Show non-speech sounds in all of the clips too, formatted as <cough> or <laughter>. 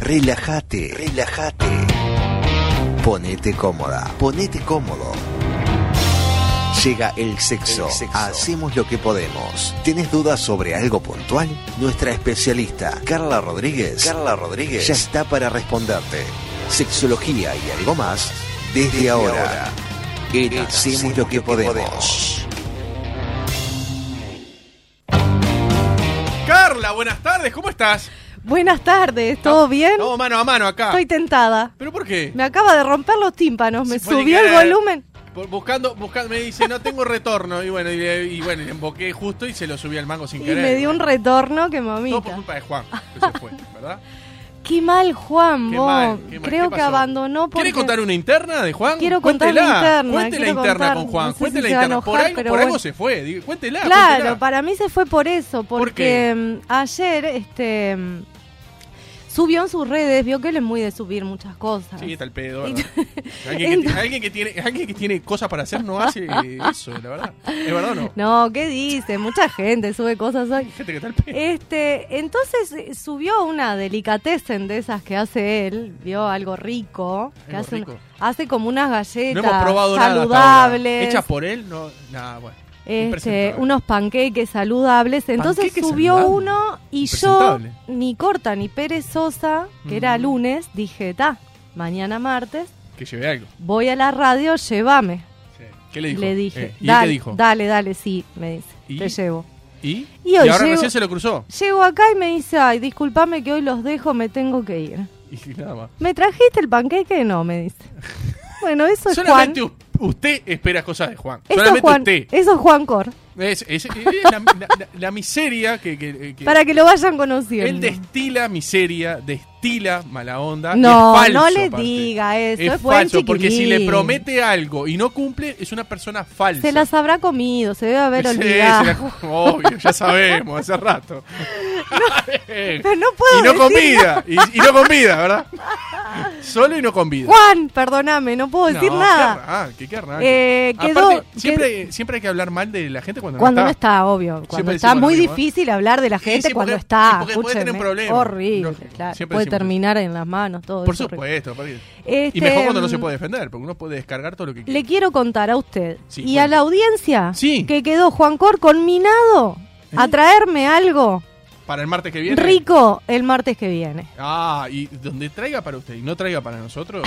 relájate, relájate. Ponete cómoda, ponete cómodo. Llega el sexo. El sexo. Hacemos lo que podemos. ¿Tenés dudas sobre algo puntual? Nuestra especialista, Carla Rodríguez, Carla Rodríguez. ya está para responderte. Sexología y algo más desde, Desde ahora. ahora. En Hacemos lo que podemos. Carla, buenas tardes, ¿cómo estás? Buenas tardes, ¿todo bien? Estamos mano a mano acá. Estoy tentada. ¿Pero por qué? Me acaba de romper los tímpanos, me Se pone subió el cara- volumen. Por- Buscando, buscando, me dice, no tengo retorno. Y bueno, y, y bueno, le emboqué justo y se lo subí al mango sin Y querer. me dio un retorno que Todo por mamita. culpa de Juan, que se fue, <laughs> ¿verdad? Qué mal, Juan, Qué vos. mal, qué mal. Creo ¿Qué que pasó? abandonó porque... ¿Quiere contar una interna de Juan? Quiero contar Cuéntela, una interna, Cuente la quiero interna contar. con Juan, No sé cuente si la se va a interna. por enojar, algo, pero por algo bueno. se fue, digo, cuéntela. Claro, cuéntela. para mí se fue por eso, ¿Por porque mm, ayer este mm, subió en sus redes, vio que él es muy de subir muchas cosas. Sí, está el pedo, <laughs> ¿verdad? alguien, que, Entonces- alguien que tiene, alguien que tiene cosas para hacer no <laughs> hace eh, eso, la verdad. ¿Es verdad o no? No, ¿qué dice? Mucha gente sube cosas hoy. Gente que está el pedo. Este, entonces eh, subió una delicatessen de esas que hace él, vio algo rico, que Algo hace, un- rico. hace como unas No galletas hemos probado nada. hasta ahora. saludables, Hechas por él, no, nada, bueno. este, impresentable. unos panqueques saludables. Entonces Panqueques subió saludables. uno y yo, Impresentable. ni corta ni perezosa, que era Mm. lunes, dije, ta, mañana martes, Que lleve algo. voy a la radio, llévame. ¿Qué le dijo? Le dije, Eh, ¿Y él dale, qué dijo? dale, dale, sí, me dice, ¿Y? te llevo. ¿Y? Y hoy ahora llego- recién se lo cruzó. Llego acá y me dice, ay, discúlpame que hoy los dejo, me tengo que ir. <laughs> Y nada más. ¿Me trajiste el panqueque? No, <laughs> me dice. Bueno, eso es Juan. Solamente u- usted espera cosas de Juan. Eso es Solamente Juan, usted. eso es Juan Cor. Es, es- es la, la- la- la miseria que. que- que- Para que lo vayan conociendo. él destila miseria, destila mala onda. y No, es falso, no le aparte. diga eso, Es es buen falso, porque si le chiquilín. promete algo y no cumple, es una persona falsa. Se las habrá comido, se debe haber Sí, olvidado. se <laughs> la- obvio, ya sabemos, hace rato. Pero <laughs> no puedo y no decir- comida, y, y no comida, ¿verdad? Solo y no comida. Juan, perdóname, no puedo decir No, qué nada. arranque, qué arranque. Eh, quedó- Aparte, siempre, siempre hay que hablar mal de la gente cuando, Cuando no no está. está, obvio. Cuando Siempre está decimos lo muy mismo, ¿eh? difícil hablar de la Y gente sí, cuando porque- está. y porque puede tener un escúchenme, problema. Horrible, Lógico, claro. siempre Puede decimos terminar en las manos, todo Por es horrible. supuesto, por ahí. Y Este, mejor cuando no se mm, puede defender, porque uno puede descargar todo lo que quiera. Le quiero contar a usted Sí, y cuente. a la audiencia Sí. que quedó Juan Cor conminado a traerme algo Para el martes que viene. rico el martes que viene. Ah, y donde traiga para usted y no traiga para <laughs> nosotros,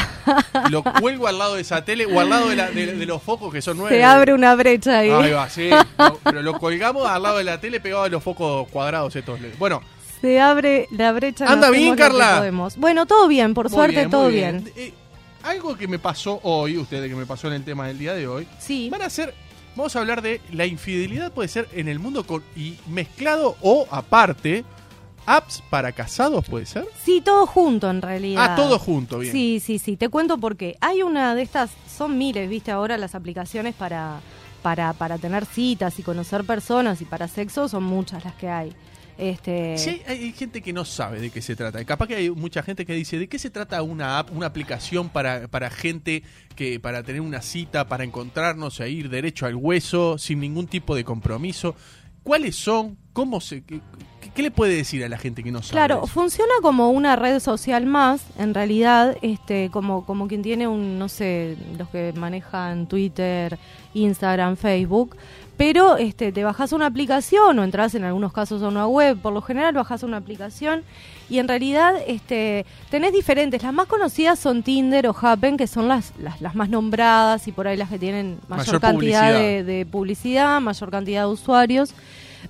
lo cuelgo al lado de esa tele o al lado de, la- de- de los focos que son nueve. Se abre una brecha ahí. Ahí va, <laughs> sí. Lo- pero lo colgamos al lado de la tele pegado a los focos cuadrados estos. LED. Bueno, Se abre la brecha. Anda no hacemos bien, lo que Carla. podemos. Bueno, todo bien, por muy suerte bien, muy todo bien. Eh, algo que me pasó hoy, ustedes que me pasó en el tema del día de hoy, Sí. van a ser, vamos a hablar de la infidelidad puede ser en el mundo con, y mezclado o aparte, apps para casados puede ser. Sí, todo junto en realidad. Ah, todo junto, bien. Sí, sí, sí. Te cuento porque hay una de estas, son miles, viste, ahora las aplicaciones para, para, para tener citas y conocer personas y para sexo son muchas las que hay. Este, Sí, hay, hay gente que no sabe de qué se trata. Capaz que hay mucha gente que dice, ¿de qué se trata una app, una aplicación para, para gente que para tener una cita, para encontrarnos a ir derecho al hueso, sin ningún tipo de compromiso? ¿Cuáles son? ¿Cómo se qué, qué- qué le puede decir a la gente que no sabe? Claro, de eso? funciona como una red social más, en realidad, este, como, como quien tiene un, no sé, los que manejan Twitter, Instagram, Facebook, pero este, te bajas una aplicación o entras en algunos casos a una web, por lo general bajas una aplicación y en realidad este, tenés diferentes, las más conocidas son Tinder o Happen, que son las, las, las más nombradas y por ahí las que tienen mayor, Mayor cantidad de, publicidad. de publicidad, mayor cantidad de usuarios.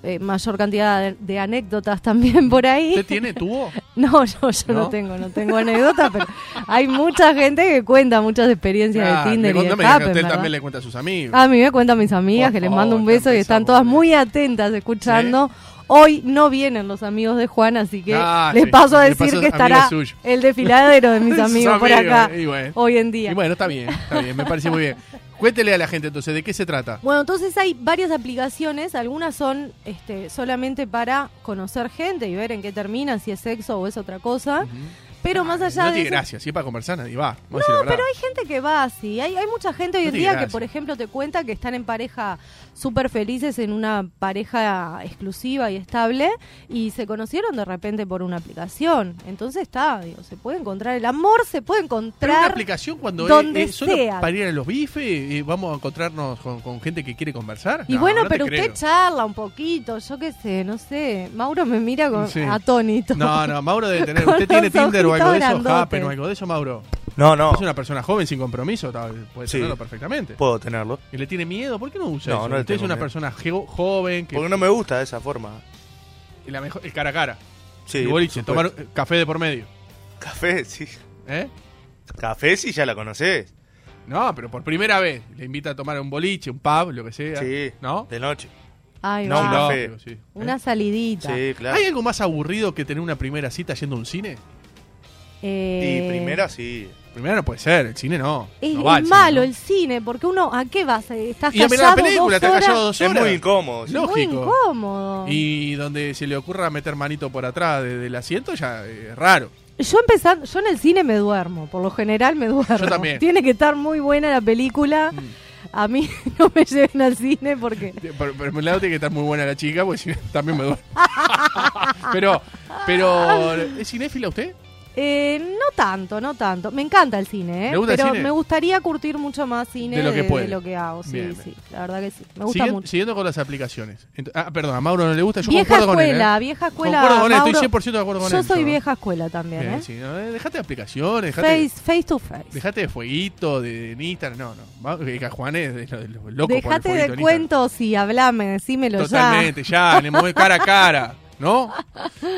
eh, mayor cantidad de, de anécdotas también por ahí. ¿Usted tiene tuvo? <laughs> No, yo, yo no, ¿No? tengo, no tengo anécdota, pero hay mucha gente que cuenta muchas experiencias Ah, de Tinder me y de contó, me dijo que Happen, usted ¿verdad? Ah, también le cuenta a sus amigos. A mí me cuentan mis amigas Por que les favor, mando un ya beso y están empezamos, todas eh. muy atentas escuchando. Hoy no vienen los amigos de Juan, así que Ah, les sí, paso a le decir pasas que amigos estará suyos. el desfiladero <laughs> de mis Sus amigos por amigos, acá y bueno. hoy en día. Y bueno, está bien, está bien, me parece muy <laughs> bien. Cuéntele a la gente entonces, ¿de qué se trata? Bueno, entonces hay varias aplicaciones, algunas son este, solamente para conocer gente y ver en qué terminan, si es sexo o es otra cosa. Pero más allá No de tiene eso- gracia, si es para conversar nadie va. vamos a No, decir la verdad. pero hay gente que va así. Hay, hay mucha gente hoy No en tiene día que, gracia. por ejemplo, te cuenta que están en pareja súper felices, en una pareja exclusiva y estable, y se conocieron de repente por una aplicación. Entonces está, digo, se puede encontrar el amor, se puede Pero una encontrar. aplicación cuando donde es, es solo sea. para ir a los bifes, eh, vamos a encontrarnos con, con gente que quiere conversar. Y No, bueno, no te pero creo. usted charla un poquito, yo qué sé, no sé. Mauro me mira con, Sí. atónito. No, no, Mauro <laughs> debe tener. Con ¿Usted tiene los Tinder o algo de eso? ojitos Happen grandotes. o algo de eso, Mauro. No, no, Es una persona joven sin compromiso, tal, puede Sí. tenerlo perfectamente. puedo tenerlo. ¿Y le tiene miedo? ¿Por qué no usa No, eso? no le usted es tengo una miedo. persona jo- joven que. Porque no me gusta de esa forma. y la mejor, el cara a cara. Sí, y por boliche, tomar supuesto. eh, café de por medio. Café, sí. ¿Eh? Café sí ya la conocés. No, pero por primera vez le invita a tomar un boliche, un pub, lo que sea. Sí. ¿No? De noche. Ahí No, va. no. café. lógico, sí. ¿Eh? Una salidita. Sí, claro. ¿Hay algo más aburrido que tener una primera cita yendo a un cine? Eh, Y primera sí. Primero no puede ser, el cine no. Es, no va es al cine, malo ¿no? el cine, porque uno, ¿a qué vas? Eh, Estás Y a mirar la callado película, dos te has horas? callado dos Es horas. muy incómodo. sí. No. Muy Lógico. incómodo. Y donde se le ocurra meter manito por atrás de- del asiento, ya eh, es raro. Yo empezando, yo en el cine me duermo, por lo general me duermo. Yo también. <laughs> Mm. Tiene que estar muy buena la película. A mí <laughs> no me lleven al cine porque Pero, pero por un lado tiene que estar muy buena la chica, porque si no, <laughs> también me duele. pero, pero, ¿es cinéfila usted? eh, no tanto, no tanto. Me encanta el cine, ¿eh? ¿Le gusta el pero cine? me gustaría curtir mucho más cine De lo que puede. lo que hago. Sí, Bien, sí, la verdad que sí. Me gusta Siguien- mucho. Siguiendo con las aplicaciones. Ent- ah, perdón, a Mauro no le gusta. Yo Vieja concuerdo con él. escuela, ¿eh? vieja escuela. Concuerdo con él, Mauro. estoy 100% de acuerdo con yo él. soy yo. vieja escuela también, Bien, ¿eh? sí, no, eh, dejate de aplicaciones, dejate, face, face to face. dejate de fueguito, de, de en Instagram. No, no. Va- eh, Juan es de, lo- de los locos por el Dejate fueguito de en Instagram. cuentos y hablame, decímelo Totalmente, ya, le mueve cara a cara, ¿no?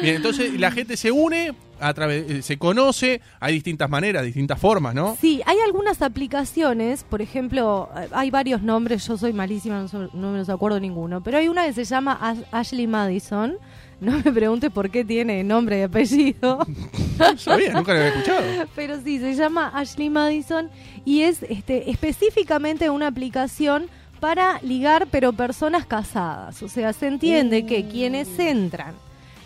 Bien, entonces la gente se une, a través, eh, se conoce, hay distintas maneras, distintas formas, ya. ¿no? Sí, hay algunas aplicaciones, por ejemplo, eh, hay varios nombres, yo soy malísima, no, so- no me los acuerdo ninguno, pero hay una que se llama Ash- Ashley Madison. No me preguntes por qué tiene nombre y apellido, <laughs> No sabía, nunca lo había escuchado. <laughs> pero sí, se llama Ashley Madison y es este, específicamente una aplicación para ligar, pero personas casadas. O sea, se entiende Mm. que quienes entran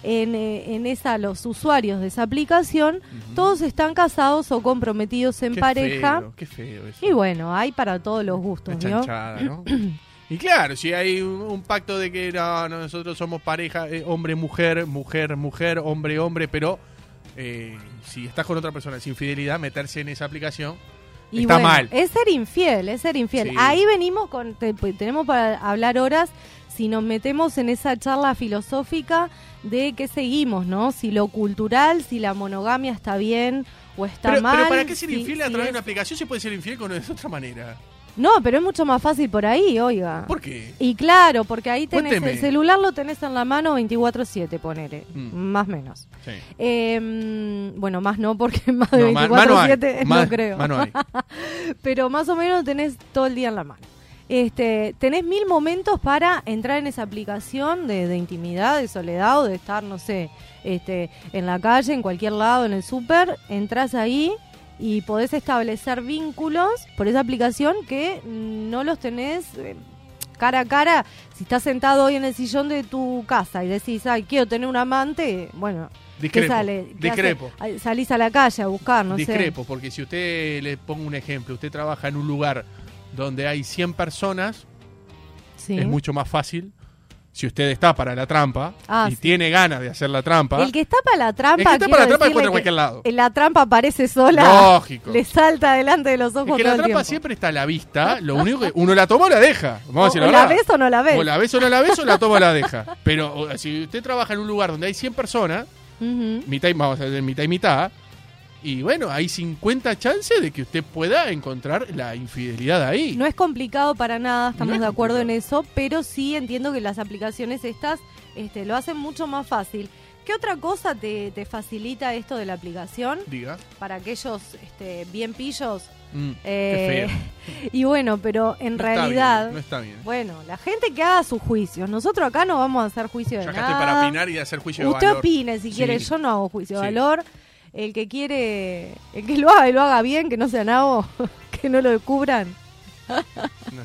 en, eh, en esa, los usuarios de esa aplicación, Todos están casados o comprometidos en Qué pareja. feo, qué feo eso. Y bueno, hay para todos los gustos, Una ¿vio? chanchada, ¿no? Y claro, si hay un, un pacto de que no, no, nosotros somos pareja, eh, hombre-mujer, mujer-mujer, hombre-hombre, pero eh, si estás con otra persona sin fidelidad, meterse en esa aplicación Y está bueno, mal. Es ser infiel, es ser infiel. Sí. Ahí venimos con. te- pues, tenemos para hablar horas. Si nos metemos en esa charla filosófica de qué seguimos, ¿no? Si lo cultural, si la monogamia está bien o está Pero, pero mal. ¿para qué ser si- infiel a si través de es- una aplicación si puede ser infiel con de otra manera? No, pero es mucho más fácil por ahí, oiga. ¿Por qué? Y claro, porque ahí tenés Cuénteme. el celular, lo tenés en la mano 24-7, ponele, Mm. más o menos. Sí. Eh, bueno, más no, porque <laughs> más de <laughs> No, ma- mano hay, 24-7 <laughs> no ma- creo. mano hay. Pero más o menos tenés todo el día en la mano. Este, tenés mil momentos para entrar en esa aplicación de, de intimidad, de soledad o de estar, no sé, este, en la calle, en cualquier lado, en el súper. Entrás ahí y podés establecer vínculos por esa aplicación que no los tenés eh, cara a cara. Si estás sentado hoy en el sillón de tu casa y decís, ay, quiero tener un amante, bueno, ¿Qué Discrepo. sale? ¿Qué hace? discrepo. Ay, Salís a la calle a buscar, no discrepo, porque si usted le pongo un ejemplo, usted trabaja en un lugar donde hay 100 personas, sé. Sí. es mucho más fácil si usted está para la trampa Ah, y sí. tiene ganas de hacer la trampa. El que está para la trampa. El que está para la quiero trampa decirle encuentra en que cualquier lado. en La trampa aparece sola. Lógico. Le Es salta delante de los ojos que todo la el trampa tiempo. siempre está a la vista, lo único que uno la toma o la deja. Vamos a decir o, la o la verdad. ves o no la ves. O la ves o no la ves o la toma o la deja. Pero o, si usted trabaja en un lugar donde hay 100 personas, Ujú. mitad y, vamos a hacer mitad y mitad. Y bueno, hay 50 chances de que usted pueda encontrar la infidelidad ahí. No es complicado para nada, estamos No es de acuerdo en complicado. eso, pero sí entiendo que las aplicaciones estas este, lo hacen mucho más fácil. ¿Qué otra cosa te, te facilita esto de la aplicación Diga. para aquellos este, bien pillos? Mm, Eh, qué feo. Y bueno, pero en No está realidad... bien, no está bien. Bueno, la gente que haga sus juicios. Nosotros acá no vamos a hacer juicio de Yo acá nada. estoy para opinar y hacer juicio de Usted valor. opine si Sí. quiere, yo no hago juicio de Sí. valor. El que quiere, el que lo haga y lo haga bien, que no sea nabo, <laughs> que no lo descubran.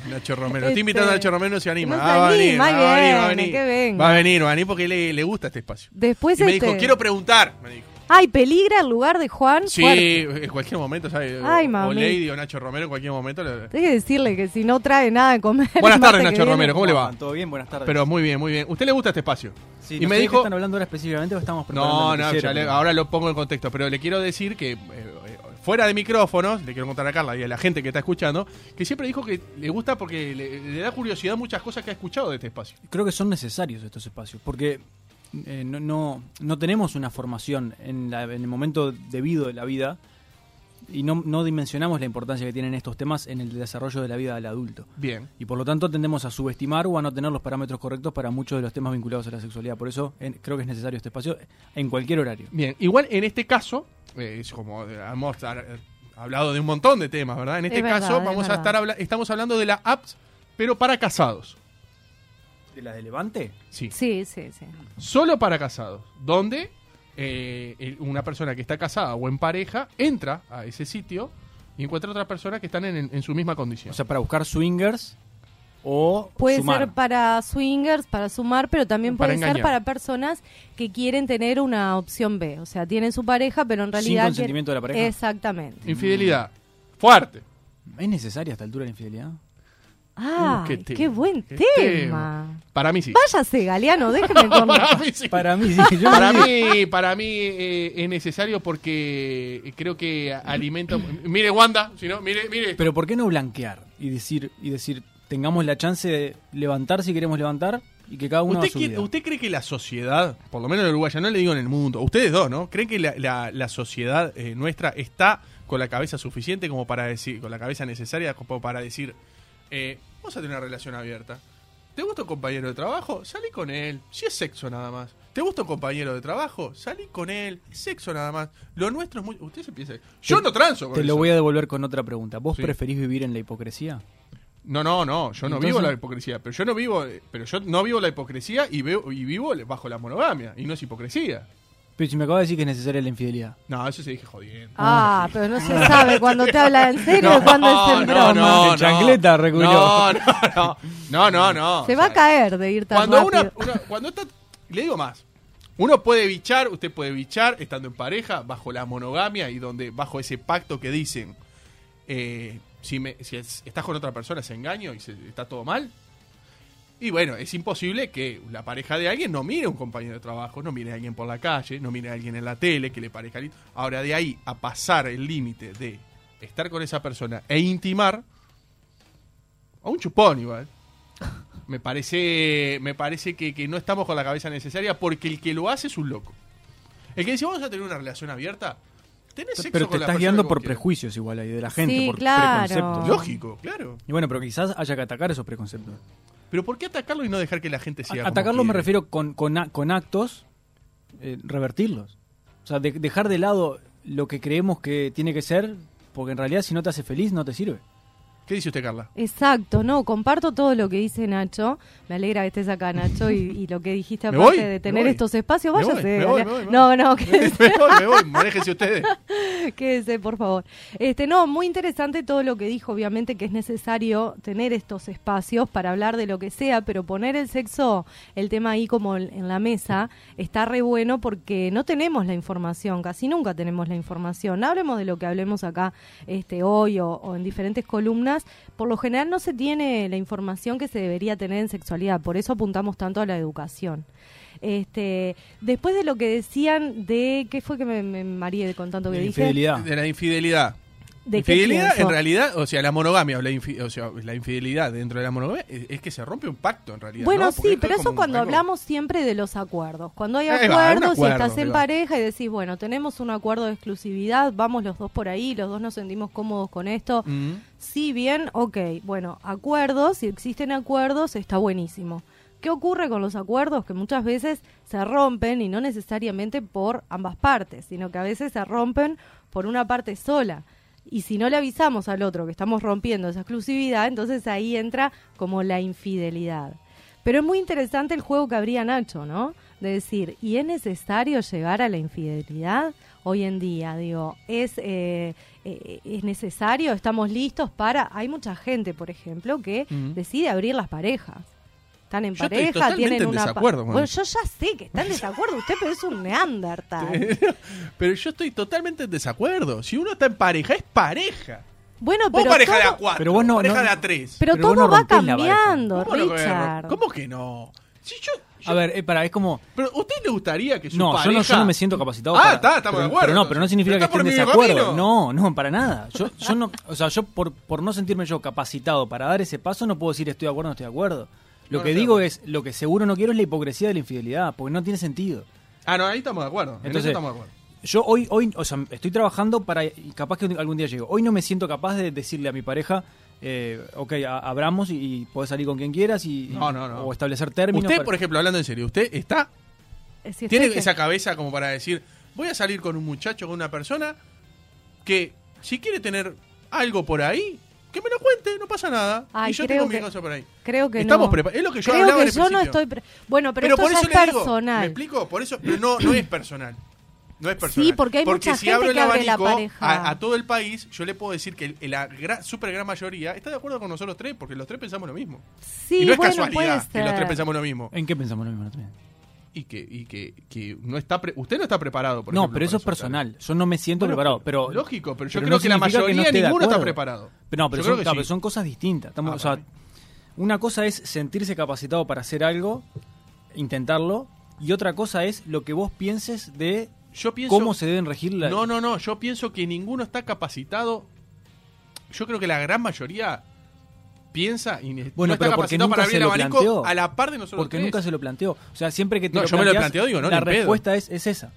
Nacho Romero. Este- Estoy invitando a Nacho Romero, se anima. No se Ah, va a venir, anima, ah, va a venir, va a viene, venir. que venga. Va a venir, va a venir porque le, le gusta este espacio. Después y me este, dijo, quiero preguntar. Me dijo. Ay, peligra el lugar de Juan. Sí, fuerte. en cualquier momento, ¿sabes? Ay, o mami. Lady o Nacho Romero, en cualquier momento. le- Tenés que decirle que si no trae nada de comer. <laughs> Buenas el martes tardes, que Nacho viene- Romero, ¿cómo le va? Todo bien, buenas tardes. Pero muy bien, muy bien. ¿Usted le gusta este espacio? Sí, y no me sé de qué dijo- están hablando ahora específicamente o estamos preparando No, el no, noticiero, ya le- pero- ahora lo pongo en contexto, pero le quiero decir que eh, eh, fuera de micrófonos, le quiero contar a Carla y a la gente que está escuchando, que siempre dijo que le gusta porque le, le da curiosidad muchas cosas que ha escuchado de este espacio. Creo que son necesarios estos espacios, porque eh, no, no, no tenemos una formación en, la- en el momento debido de la vida y no, no dimensionamos la importancia que tienen estos temas en el desarrollo de la vida del adulto. Bien. Y por lo tanto tendemos a subestimar o a no tener los parámetros correctos para muchos de los temas vinculados a la sexualidad. Por eso en- creo que es necesario este espacio en cualquier horario. Bien, igual en este caso, eh, es como eh, hemos eh, hablado de un montón de temas, ¿verdad? En este Es verdad, caso es vamos a verdad. estar habla- estamos hablando de la apps, pero para casados. ¿De la de Levante? Sí. Sí, sí, sí. Solo para casados, donde eh, el- una persona que está casada o en pareja entra a ese sitio y encuentra otra persona que están en, en su misma condición. O sea, para buscar swingers o Puede sumar. ser para swingers, para sumar, pero también Para puede ser engañar. para personas que quieren tener una opción B. O sea, tienen su pareja, pero en Sin realidad. quieren- consentimiento de la pareja. Exactamente. Infidelidad. Fuerte. ¿Es necesaria a esta altura la infidelidad? Ah, Uh, qué qué, tema, buen qué tema. tema. Para mí sí. Váyase, <laughs> Galeano, déjeme con. para mí sí. Para mí, <laughs> yo Para mí, para mí eh, es necesario porque creo que alimenta. Mire Wanda, si no, mire, mire. Pero ¿por qué no blanquear y decir y decir tengamos la chance de levantar si queremos levantar y que cada uno haga ¿Usted, su quiere- vida? usted cree que la sociedad, por lo menos en Uruguay, ya no le digo en el mundo, ustedes dos, ¿no? ¿Creen que la, la- la sociedad eh, nuestra está con la cabeza suficiente como para decir, con la cabeza necesaria como para decir, eh, vamos a tener una relación abierta? ¿Te gusta un compañero de trabajo? Salí con él. Si es sexo nada más. ¿Te gusta un compañero de trabajo? Salí con él. Es sexo nada más. Lo nuestro es muy... Usted se piensa... Yo Te- no transo con Te lo eso. voy a devolver con otra pregunta. ¿Vos Sí. preferís vivir en la hipocresía? No, no, no, yo no Entonces- vivo la hipocresía, pero yo no vivo, eh, pero yo no vivo la hipocresía y veo y vivo bajo la monogamia y no es hipocresía. Pero si me acabas de decir que es necesaria la infidelidad. No, eso se dije jodiendo. Ah, pero no se sabe cuando te habla en serio y cuando es en broma. no. De chancleta, reculó. No, no, no. No, no, no. Se va a caer de ir tan Cuando una, rápido. una- cuando está, le digo más. Uno puede bichar, usted puede bichar estando en pareja bajo la monogamia y donde bajo ese pacto que dicen eh, si, me- si es- estás con otra persona se engaño y se- está todo mal. Y bueno, es imposible que la pareja de alguien no mire a un compañero de trabajo, no mire a alguien por la calle, no mire a alguien en la tele, que le parezca lindo. Ahora de ahí a pasar el límite de estar con esa persona e intimar a un chupón igual. Me parece, me parece que, que no estamos con la cabeza necesaria porque el que lo hace es un loco. El que dice vamos a tener una relación abierta, tenés sexo Pero con te la estás persona guiando que por vos quieras. prejuicios igual ahí de la gente, Sí, por claro. preconceptos. Lógico, claro. Y bueno, pero quizás haya que atacar esos preconceptos. Pero ¿por qué atacarlo y no dejar que la gente A- sea como atacarlos me quiere? refiero con, con, a- con actos, eh, revertirlos. O sea, de- dejar de lado lo que creemos que tiene que ser, porque en realidad si no te hace feliz no te sirve. ¿Qué dice usted, Carla? <laughs> Exacto, no, comparto todo lo que dice Nacho. Me alegra que estés acá, Nacho, y, y lo que dijiste ¿Me aparte voy? de ¿Me tener voy? estos espacios. Me voy, Váyase. me voy, Galeano. me voy, me no, <laughs> no, que me voy, me voy, manéjense ustedes. <laughs> Quédese, por favor. Este, no, muy interesante todo lo que dijo, obviamente que es necesario tener estos espacios para hablar de lo que sea, pero poner el sexo, el tema ahí como en- en la mesa, está re bueno porque no tenemos la información, casi nunca tenemos la información. Hablemos de lo que hablemos acá este, hoy o, o en diferentes columnas, por lo general no se tiene la información que se debería tener en sexualidad, por eso apuntamos tanto a la educación. Este, después de lo que decían de qué fue que me, me mareé con tanto que La dije infidelidad. De la infidelidad. ¿De qué infidelidad, pienso? en realidad, o sea, la monogamia, o, la infi- o sea, la infidelidad dentro de la monogamia, es, es que se rompe un pacto en realidad. Bueno, ¿no? Porque sí, esto pero es eso como cuando algo- hablamos siempre de los acuerdos. Cuando hay Ahí va, un acuerdos y acuerdo, estás ahí en va. pareja y decís, bueno, tenemos un acuerdo de exclusividad, vamos los dos por ahí, los dos nos sentimos cómodos con esto. Mm. Sí, bien, ok. Bueno, acuerdos, si existen acuerdos, está buenísimo. ¿Qué ocurre con los acuerdos? Que muchas veces se rompen y no necesariamente por ambas partes, sino que a veces se rompen por una parte sola. Y si no le avisamos al otro que estamos rompiendo esa exclusividad, entonces ahí entra como la infidelidad. Pero es muy interesante el juego que habría Nacho, ¿no? De decir, ¿y es necesario llegar a la infidelidad hoy en día? Digo, ¿es, eh, eh, ¿es necesario? ¿Estamos listos para...? Hay mucha gente, por ejemplo, que Mm. decide abrir las parejas. están en Yo estoy pareja, totalmente tienen en una pa- desacuerdo con Bueno, eso. yo ya sé que están en desacuerdo, usted pero es un neandertal. Pero yo estoy totalmente en desacuerdo. Si uno está en pareja, es pareja. Bueno, Vos pero pareja de a todo, cuatro, Pero vos no- pareja no- de a tres. pero Pero vos todo no va rompés la pareja. cambiando, ¿Cómo, lo que- Richard. ¿Cómo que no? Si yo, yo- A ver, eh, para, es como. pero ¿a ¿usted le gustaría que su No, pareja... yo no, yo no me siento capacitado. Ah, para- está, estamos de pero- acuerdo. Pero no, pero no significa que Está esté en por el mismo desacuerdo. camino. No, no, para nada. Yo, yo no, o sea, yo por, por no sentirme yo capacitado para dar ese paso, no puedo decir estoy de acuerdo o no estoy de acuerdo. No, Lo no que estoy de digo acuerdo. es, lo que seguro no quiero es la hipocresía de la infidelidad, porque no tiene sentido. Ah, no, ahí estamos de acuerdo. en eso Entonces- estamos de acuerdo. Yo hoy, hoy, o sea, estoy trabajando para, y capaz que algún día llego. Hoy no me siento capaz de decirle a mi pareja, eh, ok, a- abramos y, y podés salir con quien quieras y, No, no, no. o establecer términos. Usted, para- por ejemplo, hablando en serio, ¿usted está Es decir, tiene sé que- esa cabeza como para decir, voy a salir con un muchacho, con una persona que si quiere tener algo por ahí, que me lo cuente, no pasa nada. Ay, y yo creo tengo mi que- cosa por ahí. Creo que Estamos no. preparados. Es lo que yo Creo hablaba en que el yo no principio. estoy. pre- bueno, pero, por esto eso le ya es digo, ¿Me personal. explico? Por eso, pero no, no es personal. No es personal. Sí, porque hay mucha si gente abro el que abre la abanico pareja. A, a todo el país, yo le puedo decir que el- la gra- super gran mayoría está de acuerdo con nosotros tres, porque los tres pensamos lo mismo. sí, y no es bueno, puede casualidad ser. que los tres pensamos lo mismo. ¿En qué pensamos lo mismo también? Y que, y que, que no está pre- usted no está preparado, por no, ejemplo, pero eso para es personal. Yo no me siento Bueno, preparado. Pero, lógico, pero yo pero creo no que la significa mayoría no esté de ninguno está acuerdo. preparado. Pero no, pero, Yo son, creo que claro, sí. son cosas distintas. Estamos- Ah, o sea, para mí. una cosa es sentirse capacitado para hacer algo, intentarlo, y otra cosa es lo que vos pienses de Yo pienso cómo se deben regir la. No, no, no, yo pienso que ninguno está capacitado. Yo creo que la gran mayoría piensa y ne- Bueno, no está pero porque capacitado nunca para se abrir el lo abanico planteó. a la par de nosotros Porque tres. nunca se lo planteó. O sea, siempre que te No, lo yo me lo planteás, planteo, digo, no, la ni en pedo. respuesta es, es esa.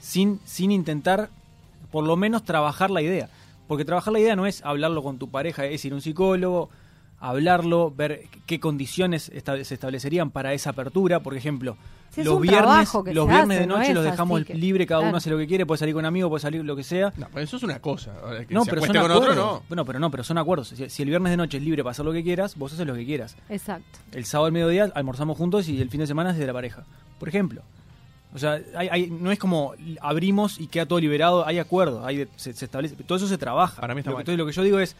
Sin, sin intentar, por lo menos, trabajar la idea. Porque trabajar la idea no es hablarlo con tu pareja, es ir a un psicólogo, hablarlo, ver qué condiciones esta- se establecerían para esa apertura. Por ejemplo, Sí, es los un viernes, trabajo que los se viernes hace, de no noche es los así dejamos que- libre, cada claro. uno hace lo que quiere, puede salir con amigos, puede salir lo que sea. No, pero eso es una cosa. ahora, Que No, se pero son acueste con otro, acuerdos. no. Bueno, pero no, pero son acuerdos. Si, si el viernes de noche es libre para hacer lo que quieras, vos haces lo que quieras Exacto. el sábado al mediodía almorzamos juntos y el fin de semana es de la pareja, por ejemplo. O sea, hay- hay- no es como abrimos y queda todo liberado, hay acuerdo, hay de- se, se establece, todo eso se trabaja. Para mí está lo, que- mal. entonces lo que yo digo es,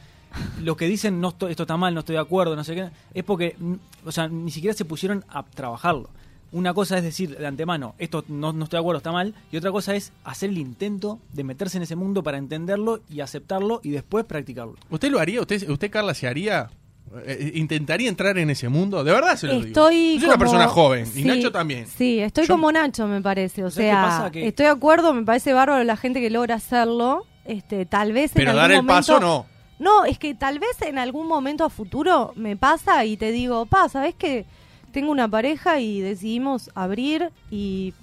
los que dicen no esto, esto está mal, no estoy de acuerdo, no sé qué, es porque, mm, o sea, ni siquiera se pusieron a trabajarlo. Una cosa es decir de antemano, esto no, no estoy de acuerdo, está mal, y otra cosa es hacer el intento de meterse en ese mundo para entenderlo y aceptarlo y después practicarlo. ¿Usted lo haría? ¿Usted, usted Carla, se haría? Eh, eh, ¿Intentaría entrar en ese mundo? De verdad se lo digo. Estoy Yo soy una como- persona joven y sí, Nacho también. Sí, estoy Yo- como Nacho, me parece. O ¿Sabes qué sea, pasa? Que- estoy de acuerdo, me parece bárbaro la gente que logra hacerlo. Este, tal vez en Pero algún dar el momento- paso no. No, es que tal vez en algún momento a futuro me pasa y te digo, pa, ¿sabes que tengo una pareja y decidimos abrir y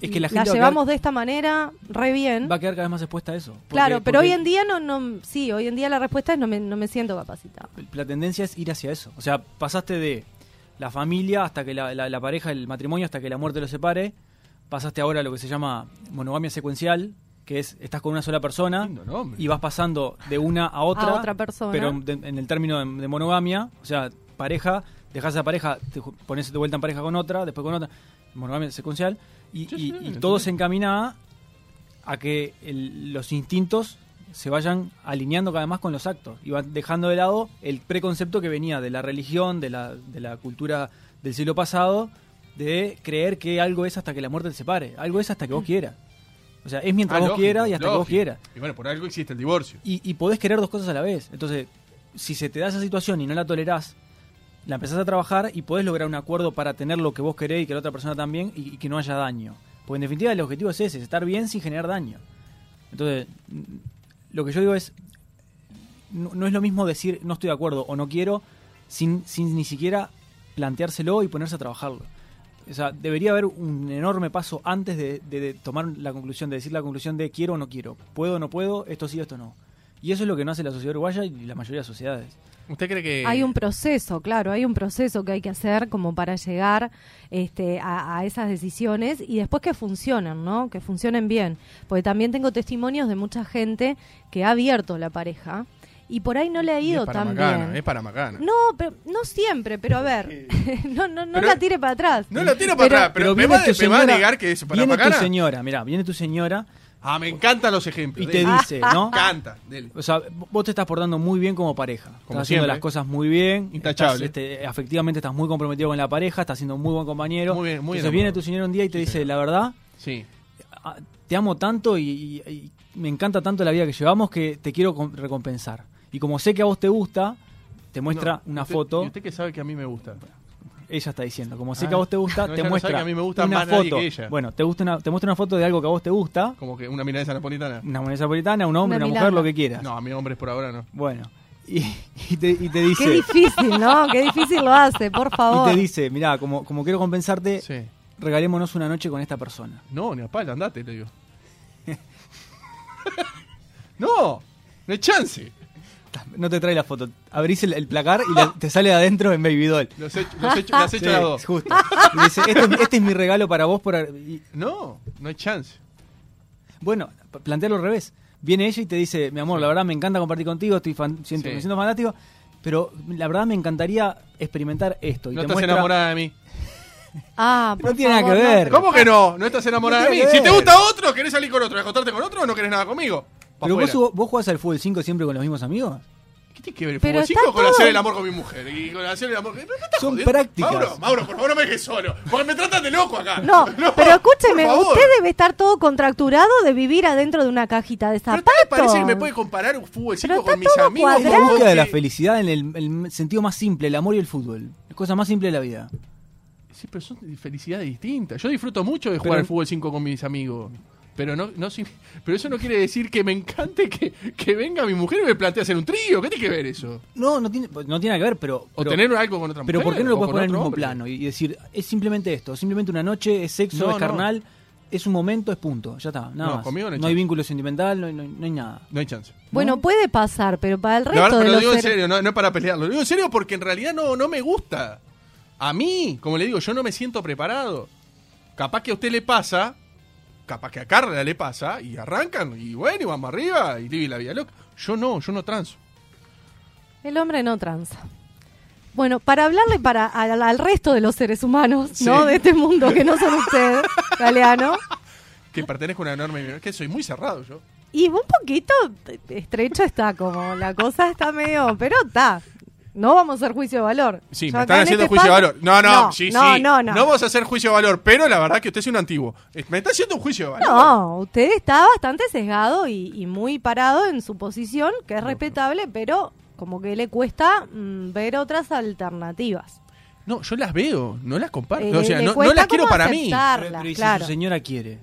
Es que la la gente va a llevamos de esta manera re bien? Va a quedar cada vez más expuesta a eso. porque- claro, pero porque- hoy en día no, no, sí, hoy en día la respuesta es no me, no me siento capacitada. la tendencia es ir hacia eso. O sea, pasaste de la familia hasta que la, la- la pareja, el matrimonio, hasta que la muerte los separe. Pasaste ahora a lo que se llama monogamia secuencial, que es estás con una sola persona Lindo nombre. ¿Ah? y vas pasando de una a otra. A otra persona. Pero de- en el término de, de monogamia, o sea, pareja, dejas esa pareja, te ju- pones de vuelta en pareja con otra, después con otra, monogamia secuencial, y, Sí, y- sí, y entendí. todo se encamina a que el- los instintos se vayan alineando cada vez más con los actos y van dejando de lado el preconcepto que venía de la religión, de la, de la cultura del siglo pasado, de creer que algo es hasta que la muerte te separe, algo es hasta que vos quieras. O sea, es mientras Mm. Ah, vos lógico, quieras y hasta que vos lógico. quieras. Y bueno, por algo existe el divorcio. Y, y podés querer dos cosas a la vez. Entonces, si se te da esa situación y no la tolerás, la empezás a trabajar y podés lograr un acuerdo para tener lo que vos querés y que la otra persona también y, y que no haya daño. Porque en definitiva el objetivo es ese, es estar bien sin generar daño. Entonces, mm, lo que yo digo es, no, no es lo mismo decir no estoy de acuerdo o no quiero sin, sin ni siquiera planteárselo y ponerse a trabajarlo. O sea, debería haber un enorme paso antes de, de- de tomar la conclusión, de decir la conclusión de quiero o no quiero, puedo o no puedo, esto sí o esto no. Y eso es lo que no hace la sociedad uruguaya y la mayoría de las sociedades. ¿Usted cree que.? Hay un proceso, claro, hay un proceso que hay que hacer como para llegar este, a, a esas decisiones y después que funcionen, ¿no? Que funcionen bien. Porque también tengo testimonios de mucha gente que ha abierto la pareja y por ahí no le ha es ido para tan Macana, bien. Es para Macana. No, pero no siempre, pero a ver, <laughs> no, no, no Pero- la tire para atrás. No lo tiro para atrás, pero, me, viene va, tu me va a señora- negar que es para Viene tu Macana. señora, mirá, viene tu señora Ah, me encantan los ejemplos. y te dele. dice, ¿no? Me encanta. dele. O sea, vos te estás portando muy bien como pareja. Como estás siempre. haciendo las cosas muy bien. Intachable. Estás, este, afectivamente estás muy comprometido con la pareja, estás siendo un muy buen compañero. Muy bien, muy Entonces enamorado. viene tu señor un día y te dice, la verdad, Sí. a- te amo tanto y, y- y me encanta tanto la vida que llevamos que te quiero com- recompensar. Y como sé que a vos te gusta, te muestra No, una usted- foto. y usted que sabe que a mí me gusta. Ella está diciendo, como sé Ah. que a vos te gusta, <laughs> No, ella te no muestra sabe que a mí me gusta una más nadie foto. que ella. Bueno, te gusta una, te muestra una foto de algo que a vos te gusta, Como que una milanesa napolitana. una moneda napolitana, un hombre, Una una, mujer, milanga. lo que quieras. No, a mí hombres por ahora no. Bueno, y, y te, y te dice, Qué difícil, ¿no? Qué difícil lo hace, por y favor. te dice, mirá, como, como quiero compensarte, Sí. regalémonos una noche con esta persona. No, ni a pala, andate, <laughs> le digo. no, no hay chance. No te trae la foto. Abrís el, el placar y la- te sale de adentro en Baby Doll. Los he, los he hecho, las he hecho Sí, las dos. justo. Y dice, este, es- este es mi regalo para vos. Por, ar- y- No, no hay chance. bueno, p- plantealo al revés. Viene ella y te dice, mi amor, la verdad me encanta compartir contigo, estoy fan- siento, Sí. me siento fantástico, pero la verdad me encantaría experimentar esto. Y No te estás muestra- enamorada de mí. Ah, No por tiene nada favor, que no, ver. ¿Cómo que no? ¿No estás enamorada de No mí? tiene que Si te ver. gusta otro, ¿querés salir con otro? ¿Encontrarte con otro o no querés nada conmigo? Pa' Pero vos, fuera. vos jugás al fútbol 5 siempre con los mismos amigos. ¿Qué tiene que ver el Pero fútbol está 5 con todo- hacer el amor con mi mujer? Y con hacer el amor. ¿Me estás Son jodiendo? prácticas. Mauro, Mauro, por favor, no me dejes solo. Porque me tratan de loco acá. <laughs> No, pero escúcheme, por favor. usted debe estar todo contracturado de vivir adentro de una cajita de ¿Pero zapatos. te parece que me puede comparar un fútbol 5 Pero con está mis todo amigos? Es la cuadrado. búsqueda de la Porque- felicidad en el, el sentido más simple, el amor y el fútbol. La cosa más simple de la vida. Sí, pero son felicidades distintas. Yo disfruto mucho de jugar Pero- al fútbol 5 con mis amigos. Pero no, no sin- pero eso no quiere decir que me encante que, que venga mi mujer y me plantea hacer un trío. ¿Qué tiene que ver eso? No, no tiene, pues, no tiene nada que ver, pero. O pero- tener algo con otra mujer. Pero ¿por qué no o lo puedes con poner en el otro mismo hombre. plano y y decir, es simplemente esto, simplemente una noche, es sexo, No, es no. carnal, es un momento, es punto, ya está, nada No, más. conmigo no hay hay chance. vínculo sentimental, no hay, no hay- no hay nada. No hay chance. Bueno, puede pasar, pero para el La resto verdad, de pero lo los digo en seres- serio, no, no es para pelearlo. Lo digo en serio porque en realidad no, no me gusta. A mí, como le digo, yo no me siento preparado. Capaz que a usted le pasa, capaz que a Carla le pasa, y arrancan, y bueno, y vamos arriba, y vive la vida loca. Yo no, yo no transo. El hombre no tranza. Bueno, para hablarle para al, al resto de los seres humanos, Sí. ¿no? De este mundo que no son ustedes, Galeano. Que pertenezco a una enorme minoría, que soy muy cerrado yo. Y un poquito estrecho está, como la cosa está medio, pero está. No vamos a hacer juicio de valor. Sí, Yo me acá están en haciendo este juicio de espacio- valor. No, no, sí, no, sí. No, no, vamos a hacer juicio de valor, pero la verdad que usted es un antiguo. Eh, Me está haciendo un juicio de valor. No, usted está bastante sesgado y, y muy parado en su posición, que es respetable, pero como que le cuesta mm, ver otras alternativas. No, yo las veo, no las comparto. Eh, o sea, le no, no cuesta las quiero como para aceptarlas, Pero, pero ¿y si claro. su señora quiere,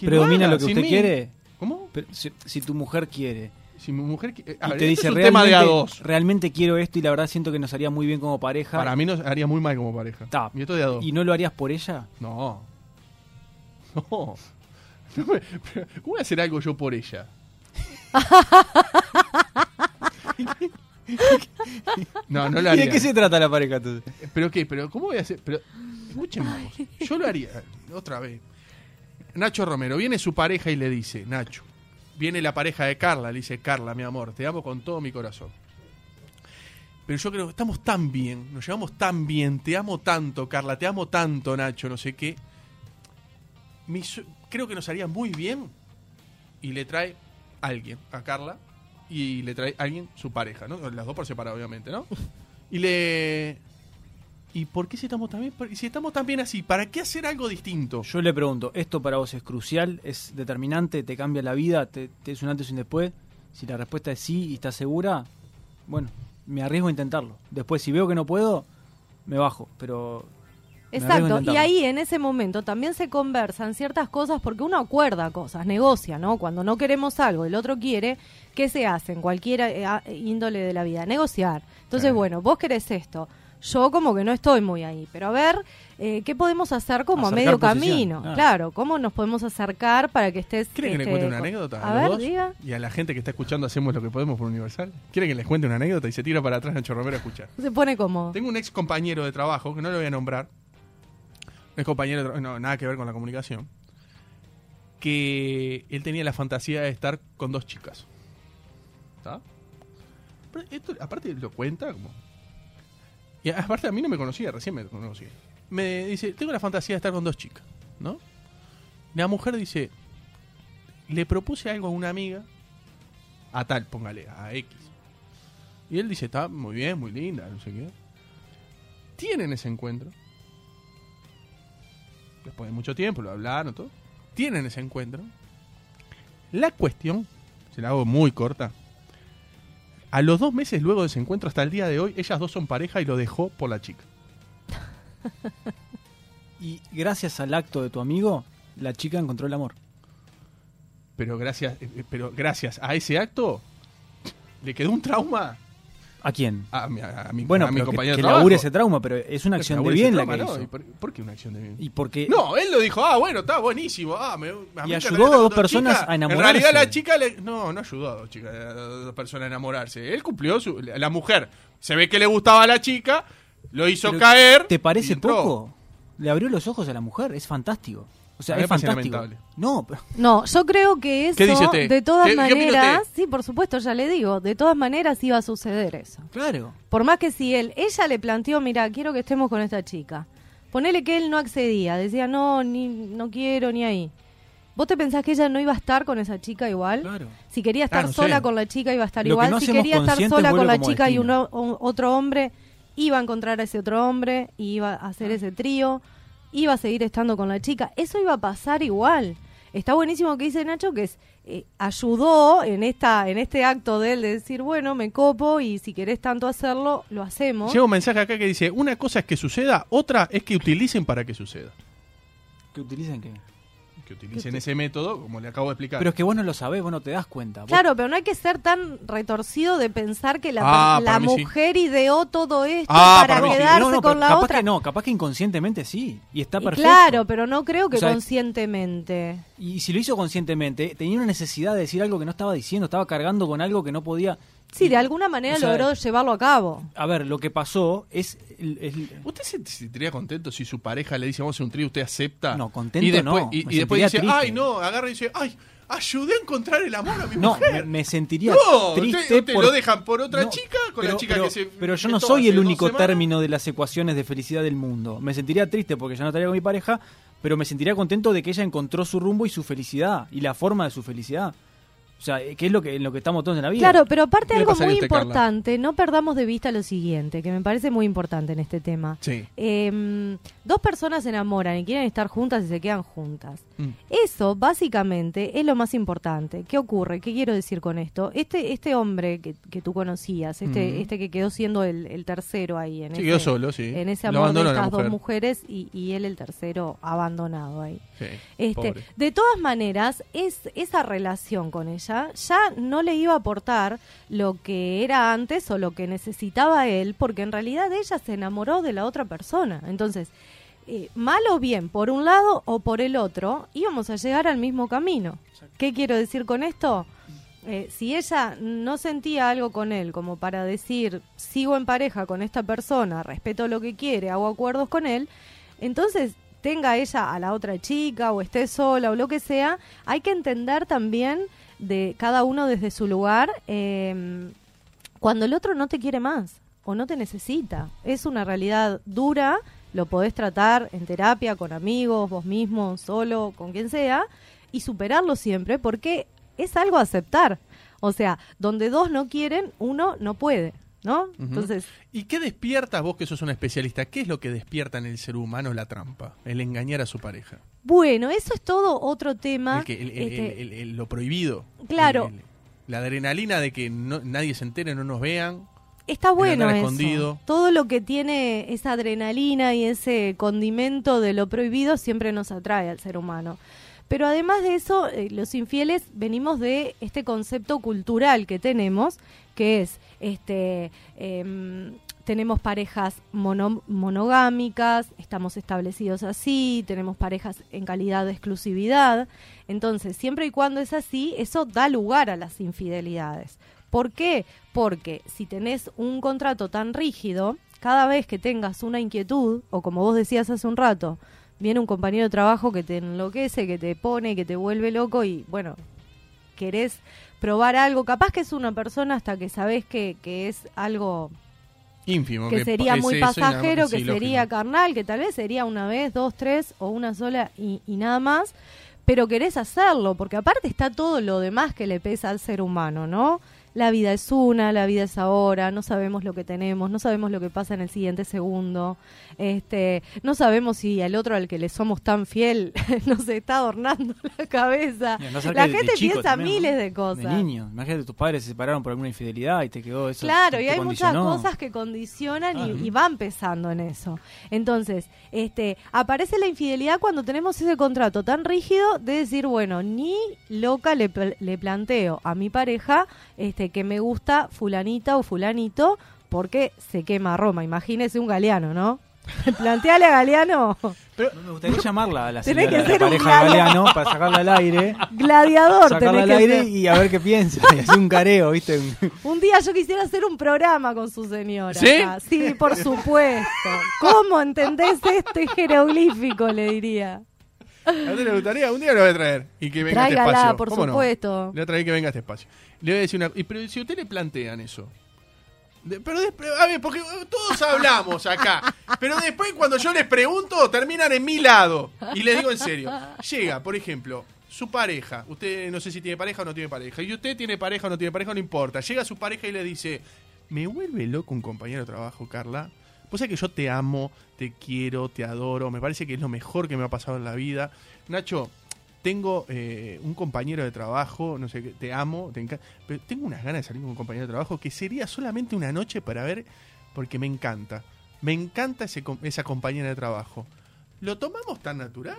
mí. predomina Nada, lo que sin usted mí. quiere, ¿Cómo? Pero si, si tu mujer quiere Si mi mujer. qui- eh, a y ver, esto te dice es un tema realmente, de a dos. realmente quiero esto y la verdad siento que nos haría muy bien como pareja Para mí nos haría muy mal como pareja. Ta. Y esto de a dos. y no lo harías por ella, No. <laughs> No. No me- pero, ¿Cómo voy a hacer algo yo por ella? No, no lo ¿y haría. de qué se trata la pareja entonces? ¿Pero qué? ¿Pero cómo voy a hacer? Pero, escúcheme vos, Yo lo haría. eh, Otra vez. Nacho Romero. Viene su pareja y le dice, Nacho. Viene la pareja de Carla. Le dice, Carla, mi amor, te amo con todo mi corazón. Pero yo creo que estamos tan bien. Nos llevamos tan bien. Te amo tanto, Carla. Te amo tanto, Nacho. No sé qué. Mi su- creo que nos haría muy bien. Y le trae alguien a Carla. Y le trae alguien su pareja, ¿no? Las dos por separado, obviamente, ¿no? Y le. ¿Y por qué si estamos tan bien? Por- Si estamos tan bien así, ¿para qué hacer algo distinto? Yo le pregunto, ¿esto para vos es crucial? ¿Es determinante? ¿Te cambia la vida? ¿Te, te es un antes y un después? Si la respuesta es sí y estás segura, bueno, me arriesgo a intentarlo. Después, si veo que no puedo, me bajo. Pero Me arriesgo a Exacto, y intentarlo. ahí en ese momento también se conversan ciertas cosas porque uno acuerda cosas, negocia, ¿no? Cuando no queremos algo, el otro quiere, ¿qué se hace en cualquier eh, a- índole de la vida? Negociar. Entonces, Claro. bueno, vos querés esto, yo como que no estoy muy ahí, pero a ver, eh, ¿qué podemos hacer como Acercar a medio posición, camino? claro. Claro, ¿cómo nos podemos acercar para que estés... ¿Quieren que le este, cuente una con- anécdota? A los ver, dos? diga. Y a la gente que está escuchando hacemos lo que podemos por Universal. ¿Quieren que les cuente una anécdota? Y se tira para atrás Nacho Romero a escuchar. Se pone cómodo. Tengo un ex compañero de trabajo, que no lo voy a nombrar. Un ex compañero, de tra- no, nada que ver con la comunicación. Que él tenía la fantasía de estar con dos chicas. ¿Está? Pero esto, aparte lo cuenta como. Y aparte a mí no me conocía, recién me conocía. Me dice, tengo la fantasía de estar con dos chicas, ¿no? La mujer dice, le propuse algo a una amiga, a tal, póngale, a X. Y él dice, está muy bien, muy linda, no sé qué. Tienen ese encuentro. Después de mucho tiempo, lo hablaron, todo. Tienen ese encuentro. La cuestión, se la hago muy corta. A los dos meses luego de ese encuentro, hasta el día de hoy, ellas dos son pareja y lo dejó por la chica. Y gracias al acto de tu amigo, la chica encontró el amor. Pero gracias, eh, eh, pero gracias a ese acto, le quedó un trauma ¿A quién? a, mi- a mi, bueno, a mi pero que, compañero que de trabajo. labure ese trauma, pero es una acción de Labure ese bien la trauma, que ¿no? hizo. ¿Y por, por qué una acción de bien? Y porque No, él lo dijo, ah, bueno, está buenísimo. Ah, me, a mí me encanta Eh, ayudó a la dos chica. personas a enamorarse. En realidad la chica le... No, no ayudó a dos, chicas, a dos personas a enamorarse. Él cumplió su... La la mujer se ve que le gustaba a la chica, lo hizo Pero, caer... ¿Te y parece entró. poco? Le abrió los ojos a la mujer, es fantástico. O sea, A mí es me parece fantástico. lamentable. No, pero No, yo creo que eso, ¿Qué dice usted? de todas ¿Qué- qué opina maneras, usted? sí, por supuesto, ya le digo, de todas maneras iba a suceder eso. claro. Por más que si él, ella le planteó, mira, quiero que estemos con esta chica. Ponele que él no accedía, decía, no, ni, no quiero, ni ahí. ¿Vos te pensás que ella no iba a estar con esa chica igual? Claro. Si quería estar Ah, no sé. sola con la chica, iba a estar Lo que igual. no si hacemos quería estar consciente sola con vuelve la como chica y un, destino. o- otro hombre, iba a encontrar a ese otro hombre y iba a Ah. hacer ese trío, iba a seguir estando con la chica. Eso iba a pasar igual. Está buenísimo que dice Nacho que es, eh, ayudó en esta en este acto de él de decir, bueno, me copo y si querés tanto hacerlo, lo hacemos. Llega un mensaje acá que dice, una cosa es que suceda, otra es que utilicen para que suceda. ¿Que utilizan qué? Que utilicen ese método, como le acabo de explicar. Pero es que vos no lo sabés, vos no te das cuenta. Vos- Claro, pero no hay que ser tan retorcido de pensar que la, Ah, la para mí sí. mujer ideó todo esto Ah, para, para mí sí. quedarse No, no, con pero la capaz otra. Que no, capaz que inconscientemente sí. Y está Y perfecto. Claro, pero no creo que O sea, conscientemente. Y si lo hizo conscientemente, tenía una necesidad de decir algo que no estaba diciendo, estaba cargando con algo que no podía. Sí, de alguna manera o sea, logró llevarlo a cabo. A ver, lo que pasó es. el- el- ¿Usted se sentiría contento si su pareja le dice vamos a hacer un trío, usted acepta? No, contento y después, no, Y, me y después dice, sentiría triste. ay no, agarra y dice, ay, ayudé a encontrar el amor a mi no, me, mujer. me sentiría No, triste. usted- usted lo dejan por otra chica, con la chica pero, que se- Pero yo que no todo soy hace el dos único semanas. término de las ecuaciones de felicidad del mundo. Me sentiría triste porque ya no estaría con mi pareja, pero me sentiría contento de que ella encontró su rumbo y su felicidad y la forma de su felicidad. O sea, eh, que es lo que, en lo que estamos todos en la vida. Claro, pero aparte ¿Qué le algo pasaría muy a usted, Carla? importante, no perdamos de vista lo siguiente, que me parece muy importante en este tema. Sí. Em, dos personas se enamoran y quieren estar juntas y se quedan juntas. Mm. Eso básicamente es lo más importante. ¿Qué ocurre? ¿Qué quiero decir con esto? Este, este hombre que, que tú conocías, este, Mm. este que quedó siendo el, el tercero ahí en Sí, ese- quedó solo, sí. En ese Lo amor de abandonó la estas dos mujer. mujeres y, y él el tercero abandonado ahí. Sí, Este, pobre. de todas maneras, es, esa relación con ella ya no le iba a aportar lo que era antes o lo que necesitaba él, porque en realidad ella se enamoró de la otra persona. Entonces, eh, mal o bien, por un lado o por el otro, íbamos a llegar al mismo camino. ¿Qué quiero decir con esto? Eh, si ella no sentía algo con él como para decir, sigo en pareja con esta persona, respeto lo que quiere, hago acuerdos con él, entonces tenga ella a la otra chica o esté sola o lo que sea, hay que entender también de cada uno desde su lugar eh, cuando el otro no te quiere más o no te necesita. Es una realidad dura, lo podés tratar en terapia, con amigos, vos mismo, solo, con quien sea, y superarlo siempre porque es algo a aceptar. O sea, donde dos no quieren, uno no puede, ¿no? Entonces, ¿Y qué despiertas vos que sos un especialista? ¿Qué es lo que despierta en el ser humano la trampa? El engañar a su pareja. bueno, eso es todo otro tema. El que- el- el- este, el- el- el- lo prohibido. Claro. El- el- la adrenalina de que no- nadie se entere, no nos vean. Está bueno andar eso. escondido. Todo lo que tiene esa adrenalina y ese condimento de lo prohibido siempre nos atrae al ser humano. Pero además de eso, eh, los infieles venimos de este concepto cultural que tenemos, que es este em, tenemos parejas mono- monogámicas, estamos establecidos así, tenemos parejas en calidad de exclusividad. Entonces, siempre y cuando es así, eso da lugar a las infidelidades. ¿Por qué? Porque si tenés un contrato tan rígido, cada vez que tengas una inquietud, o como vos decías hace un rato, viene un compañero de trabajo que te enloquece, que te pone, que te vuelve loco y bueno, querés probar algo, capaz que es una persona hasta que sabés que, que es algo Ínfimo. que sería es muy eso y nada más, pasajero, que sí, sería lógico. carnal, que tal vez sería una vez, dos, tres o una sola y, y nada más. pero querés hacerlo, porque aparte está todo lo demás que le pesa al ser humano, ¿no? La vida es una, la vida es ahora, no sabemos lo que tenemos, no sabemos lo que pasa en el siguiente segundo, este, no sabemos si al otro al que le somos tan fiel <laughs> nos está adornando la cabeza. Y andá a saber La que de- de gente chico piensa también, ¿no? miles de cosas. De niño. Imagínate tus padres se separaron por alguna infidelidad y te quedó eso. Claro, te y hay muchas condicionó. Ah, ¿eh? cosas que condicionan Claro. y, y van pesando en eso. Entonces, este, aparece la infidelidad cuando tenemos ese contrato tan rígido de decir, bueno, ni loca le, pl- le planteo a mi pareja este, que me gusta fulanita o fulanito porque se quema Roma. Imagínese un galeano, ¿no? <laughs> Planteale a <laughs> Galeano, No me gustaría llamarla a la, Tenés señora, que a la ser un pareja de galán. Galeano para sacarla al aire. gladiador, sacarla tenés al que aire ser. y a ver qué piensa. Y hacer un careo, ¿viste? Un- Un día yo quisiera hacer un programa con su señora. ¿Sí? acá. Sí, por supuesto. ¿Cómo entendés este jeroglífico? Le diría. ¿A usted le gustaría? Un día lo voy a traer. Y que venga a este Tráigala, espacio. por ¿Cómo no? supuesto. Le voy a traer que venga a este espacio. Le voy a decir una. y pero si a usted le plantean eso. de- pero después. A ver, porque eh, todos hablamos acá. Pero después, cuando yo les pregunto, terminan en mi lado. Y les digo en serio. Llega, por ejemplo. Su pareja, usted no sé si tiene pareja o no tiene pareja, y usted tiene pareja o no tiene pareja, no importa. Llega su pareja y le dice: Me vuelve loco un compañero de trabajo, Carla. Pues es que yo te amo, te quiero, te adoro, me parece que es lo mejor que me ha pasado en la vida. Nacho, tengo eh, un compañero de trabajo, no sé qué, te amo, te encanta, pero tengo unas ganas de salir con un compañero de trabajo que sería solamente una noche para ver, porque me encanta. Me encanta ese com- esa compañera de trabajo. ¿Lo tomamos tan natural?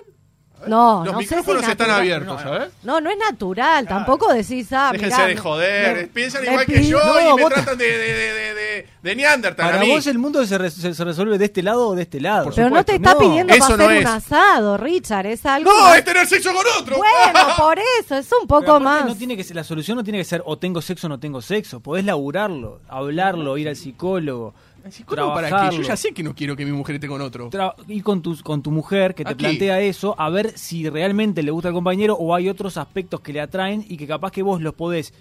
A ver, No, Los no sé si micrófonos están natural, abiertos, no, no. ¿sabes? No, no es natural. Tampoco decís, ah, Déjense mirá, de me- joder. me- Piensan me igual que pide- yo No, y me vos- tratan de, de, de, de, de, de Neandertal. Para a mí. vos el mundo se, re- se- se resuelve de este lado o de este lado. Pero no te está pidiendo eso para no hacer es. un asado, Richard. Es algo. No, este más- es tener sexo con otro. Bueno, por eso, es un Pero poco aparte más. No tiene que ser- la solución no tiene que ser o tengo sexo o no tengo sexo. Podés laburarlo, hablarlo, ir al psicólogo. ¿Cómo para qué? trabajarlo. Yo ya sé que no quiero que mi mujer esté con otro. Tra- ir con tu, con tu mujer que te Aquí. plantea eso, a ver si realmente le gusta el compañero o hay otros aspectos que le atraen y que capaz que vos los podés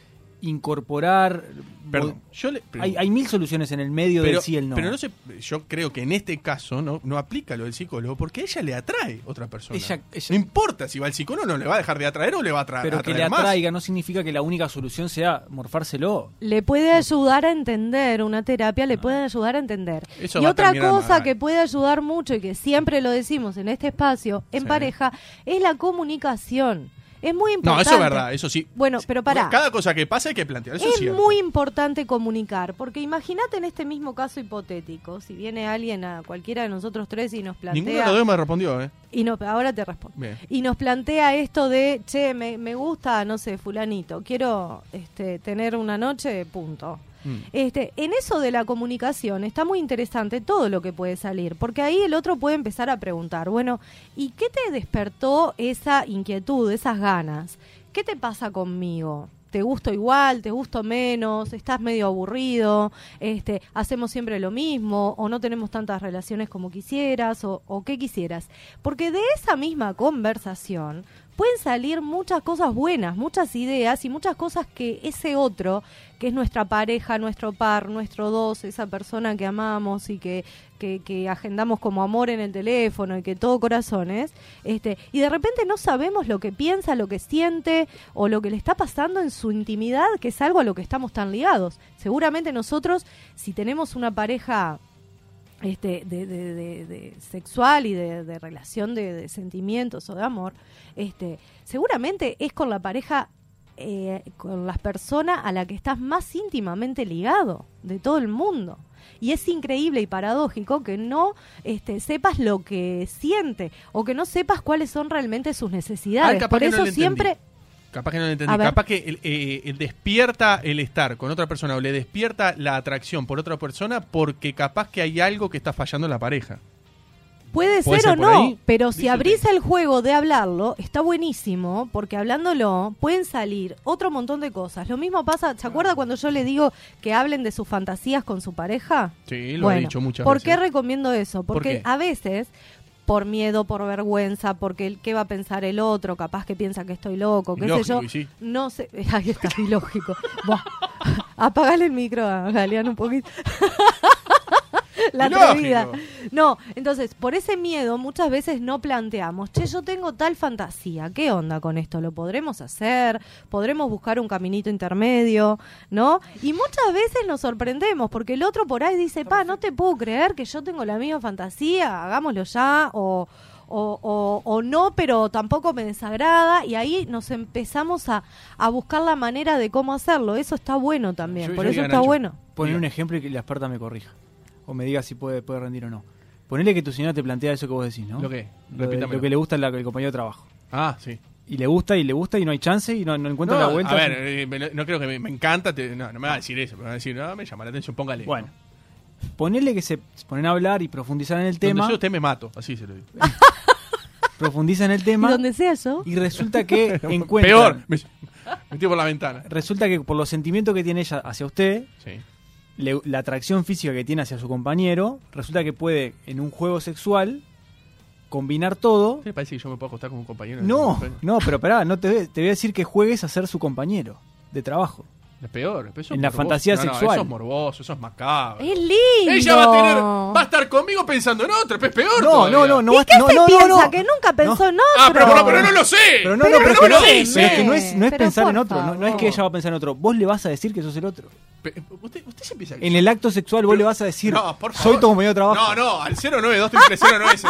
incorporar. Perdón. Vos- Yo le, Hay, hay mil soluciones en el medio pero, del sí y el no. pero no sé, yo creo que en este caso no, no aplica lo del psicólogo porque a ella le atrae otra persona. Ella- ella- no importa si va al psicólogo, no le va a dejar de atraer o le va a atra- Pero que atraer le más. atraiga no significa que la única solución sea morfárselo. Le puede ayudar a entender, una terapia le puede ayudar a entender. Eso y va a otra terminar cosa mal. que puede ayudar mucho y que siempre lo decimos en este espacio, en Sí. pareja, es la comunicación. Es muy No, importante. eso es verdad, eso sí. Bueno, pero pará. Cada cosa que pasa hay que plantear. Eso es cierto. muy importante comunicar, porque imagínate en este mismo caso hipotético, si viene alguien a cualquiera de nosotros tres y nos plantea... Ninguno de los dos me respondió, ¿eh? Y no, ahora te respondo. Bien. Y nos plantea esto de, che, me, me gusta, no sé, fulanito, quiero este, tener una noche, punto. Mm. Este, en eso de la comunicación está muy interesante todo lo que puede salir, porque ahí el otro puede empezar a preguntar, bueno, ¿y qué te despertó esa inquietud, esas ganas? ¿Qué te pasa conmigo? ¿Te gusto igual? ¿Te gusto menos? ¿Estás medio aburrido? Este, ¿Hacemos siempre lo mismo? ¿O no tenemos tantas relaciones como quisieras? ¿O, o qué quisieras? Porque de esa misma conversación pueden salir muchas cosas buenas, muchas ideas y muchas cosas que ese otro, que es nuestra pareja, nuestro par, nuestro dos, esa persona que amamos y que, que, que agendamos como amor en el teléfono y que todo corazones, este, y de repente no sabemos lo que piensa, lo que siente o lo que le está pasando en su intimidad, que es algo a lo que estamos tan ligados. Seguramente nosotros, si tenemos una pareja este, de, de- de- de sexual y de, de relación de, de sentimientos o de amor, este, seguramente es con la pareja, eh, con las personas a la que estás más íntimamente ligado de todo el mundo. Y es increíble y paradójico que no este, sepas lo que siente o que no sepas cuáles son realmente sus Ay, necesidades. Ah, capaz Por que no eso le entendí. siempre... Capaz que no lo entendí. A ver. Capaz que el, eh, el despierta el estar con otra persona o le despierta la atracción por otra persona porque capaz que hay algo que está fallando en la pareja. Puede ¿Puede ser, ser o por no, ahí? pero si Dice abrís el juego de hablarlo, está buenísimo, porque hablándolo pueden salir otro montón de cosas. Lo mismo pasa, ¿se acuerda cuando yo le digo que hablen de sus fantasías con su pareja? Sí, lo he dicho muchas ¿por veces. qué recomiendo eso? Porque qué? a veces por miedo, por vergüenza, porque el qué va a pensar el otro, capaz que piensa que estoy loco, qué sé Ilógico, yo. y sí. No sé, <laughs> ahí está, <laughs> ilógico. Buah. Apagale el micro a Galeano un poquito. <laughs> la Lógico. atrevida. No, entonces, por ese miedo muchas veces no planteamos, che, yo tengo tal fantasía, ¿qué onda con esto? ¿Lo podremos hacer? ¿Podremos buscar un caminito intermedio? ¿No? Y muchas veces nos sorprendemos porque el otro por ahí dice, pa, no te puedo creer que yo tengo la misma fantasía, hagámoslo ya o... O, o- o no, pero tampoco me desagrada y ahí nos empezamos a, a buscar la manera de cómo hacerlo. Eso está bueno también, Yo- por yo eso diría, está Nacho, bueno. Poner Diga. un ejemplo y que la experta me corrija. O me diga si puede, puede rendir o no. Ponele que tu señora te plantea eso que vos decís, ¿no? ¿Lo qué? Lo, de- Repítamelo. lo que le gusta la, el compañero de trabajo. Ah, sí. Y le gusta y le gusta y no hay chance y no, no encuentra No, la vuelta. A ver, eh, me lo- no creo que me, me encanta. te- no, no me va a decir eso. Me va a decir, no, me llama la atención, póngale. bueno. ¿no? Ponele que se se ponen a hablar y profundizan en el Donde tema. yo usted me mato. Así se lo digo. Profundizan en el Y tema. donde sea yo. Y <laughs> resulta que Peor. encuentran. Me, metí por la ventana. Resulta que por los sentimientos que tiene ella hacia usted, Sí. le- la atracción física que tiene hacia su compañero, resulta que puede en un juego sexual combinar todo. ¿Usted le parece que yo me puedo acostar con un <laughs> compañero? No, no, pero pará, no te, voy- te voy a decir que juegues a ser su compañero de trabajo. Es peor. pero eso es En la morboso. fantasía No, no, sexual. eso es morboso, eso es macabro. Es lindo. Ella va a tener. Va a estar conmigo pensando en otro, pero es peor. No, todavía. no, no, no. ¿Y vas- qué no, se no, no, piensa? no. Que nunca pensó No. en Ah, otro. pero, no, pero no lo sé. Pero no, Pero no, pero, no es que lo no- dice. pero es que no es, no es Pero pensar en por otro, no, no es favor. que ella va a pensar en otro. Vos le vas a decir que sos el otro. Pe- Usted, usted se empieza a En el acto sexual vos le vas a decir, No, por favor. soy tu compañero de No, trabajo. no, al 092330970 yo Le voy a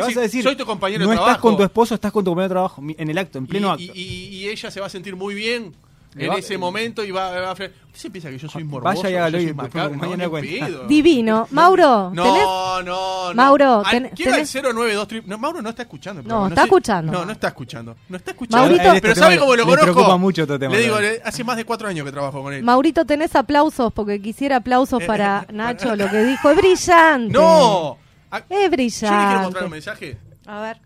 vas decir, a decir, soy tu compañero no de trabajo. estás con tu esposo, estás con tu compañero de trabajo. Mi- En el acto, en Y- pleno y, acto. y- y ella se va a sentir muy bien Le en va- ese momento y va, va a... fre- ¿Usted se piensa que yo soy Vaya morboso? y que yo hágalo y soy después macabro? mañana No, ni en cuenta. pedo. Divino. Mauro, ¿tenés? No, no, no. Mauro, Al- tenés- quiero al tenés- 092 No, Mauro no está escuchando. el No, programa, está escuchando. No, no está escuchando. No está escuchando. Maurito- Él este pero tema ¿sabe le- cómo lo le conozco? preocupa mucho este tema, Le digo, ¿verdad? le- hace más de cuatro años que trabajo con él. Maurito, tenés aplausos porque quisiera aplausos Eh, para eh, Nacho. Lo <laughs> que dijo es brillante. ¡No! Ah, Yo Es le quiero mostrar un brillante. mensaje. A ver.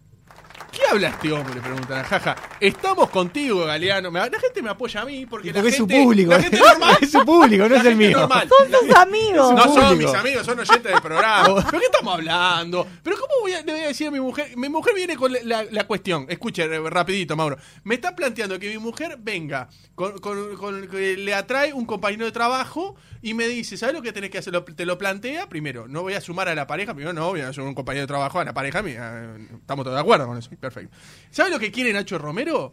¿Qué habla este hombre? Preguntan a Jaja. Estamos contigo, Galeano. Me- La gente me apoya a mí porque, Y la porque es gente, su público. La <laughs> gente normal. es su público, no la es el gente mío. normal. Son La- sus amigos. no son público. mis amigos, son oyentes del <laughs> programa. ¿Pero qué estamos hablando? ¿Pero cómo voy a- le voy a decir a mi mujer? Mi mujer viene con la, la- la cuestión. Escuche, eh, rapidito, Mauro. Me está planteando que mi mujer venga, con, con- con- que le atrae un compañero de trabajo y me dice, ¿sabes lo que tenés que hacer? Lo- te lo plantea, primero, no voy a sumar a la pareja, primero no voy a sumar un compañero de trabajo a la pareja mía. Eh, Estamos todos de acuerdo con eso. Perfecto. ¿Sabes lo que quiere Nacho Romero?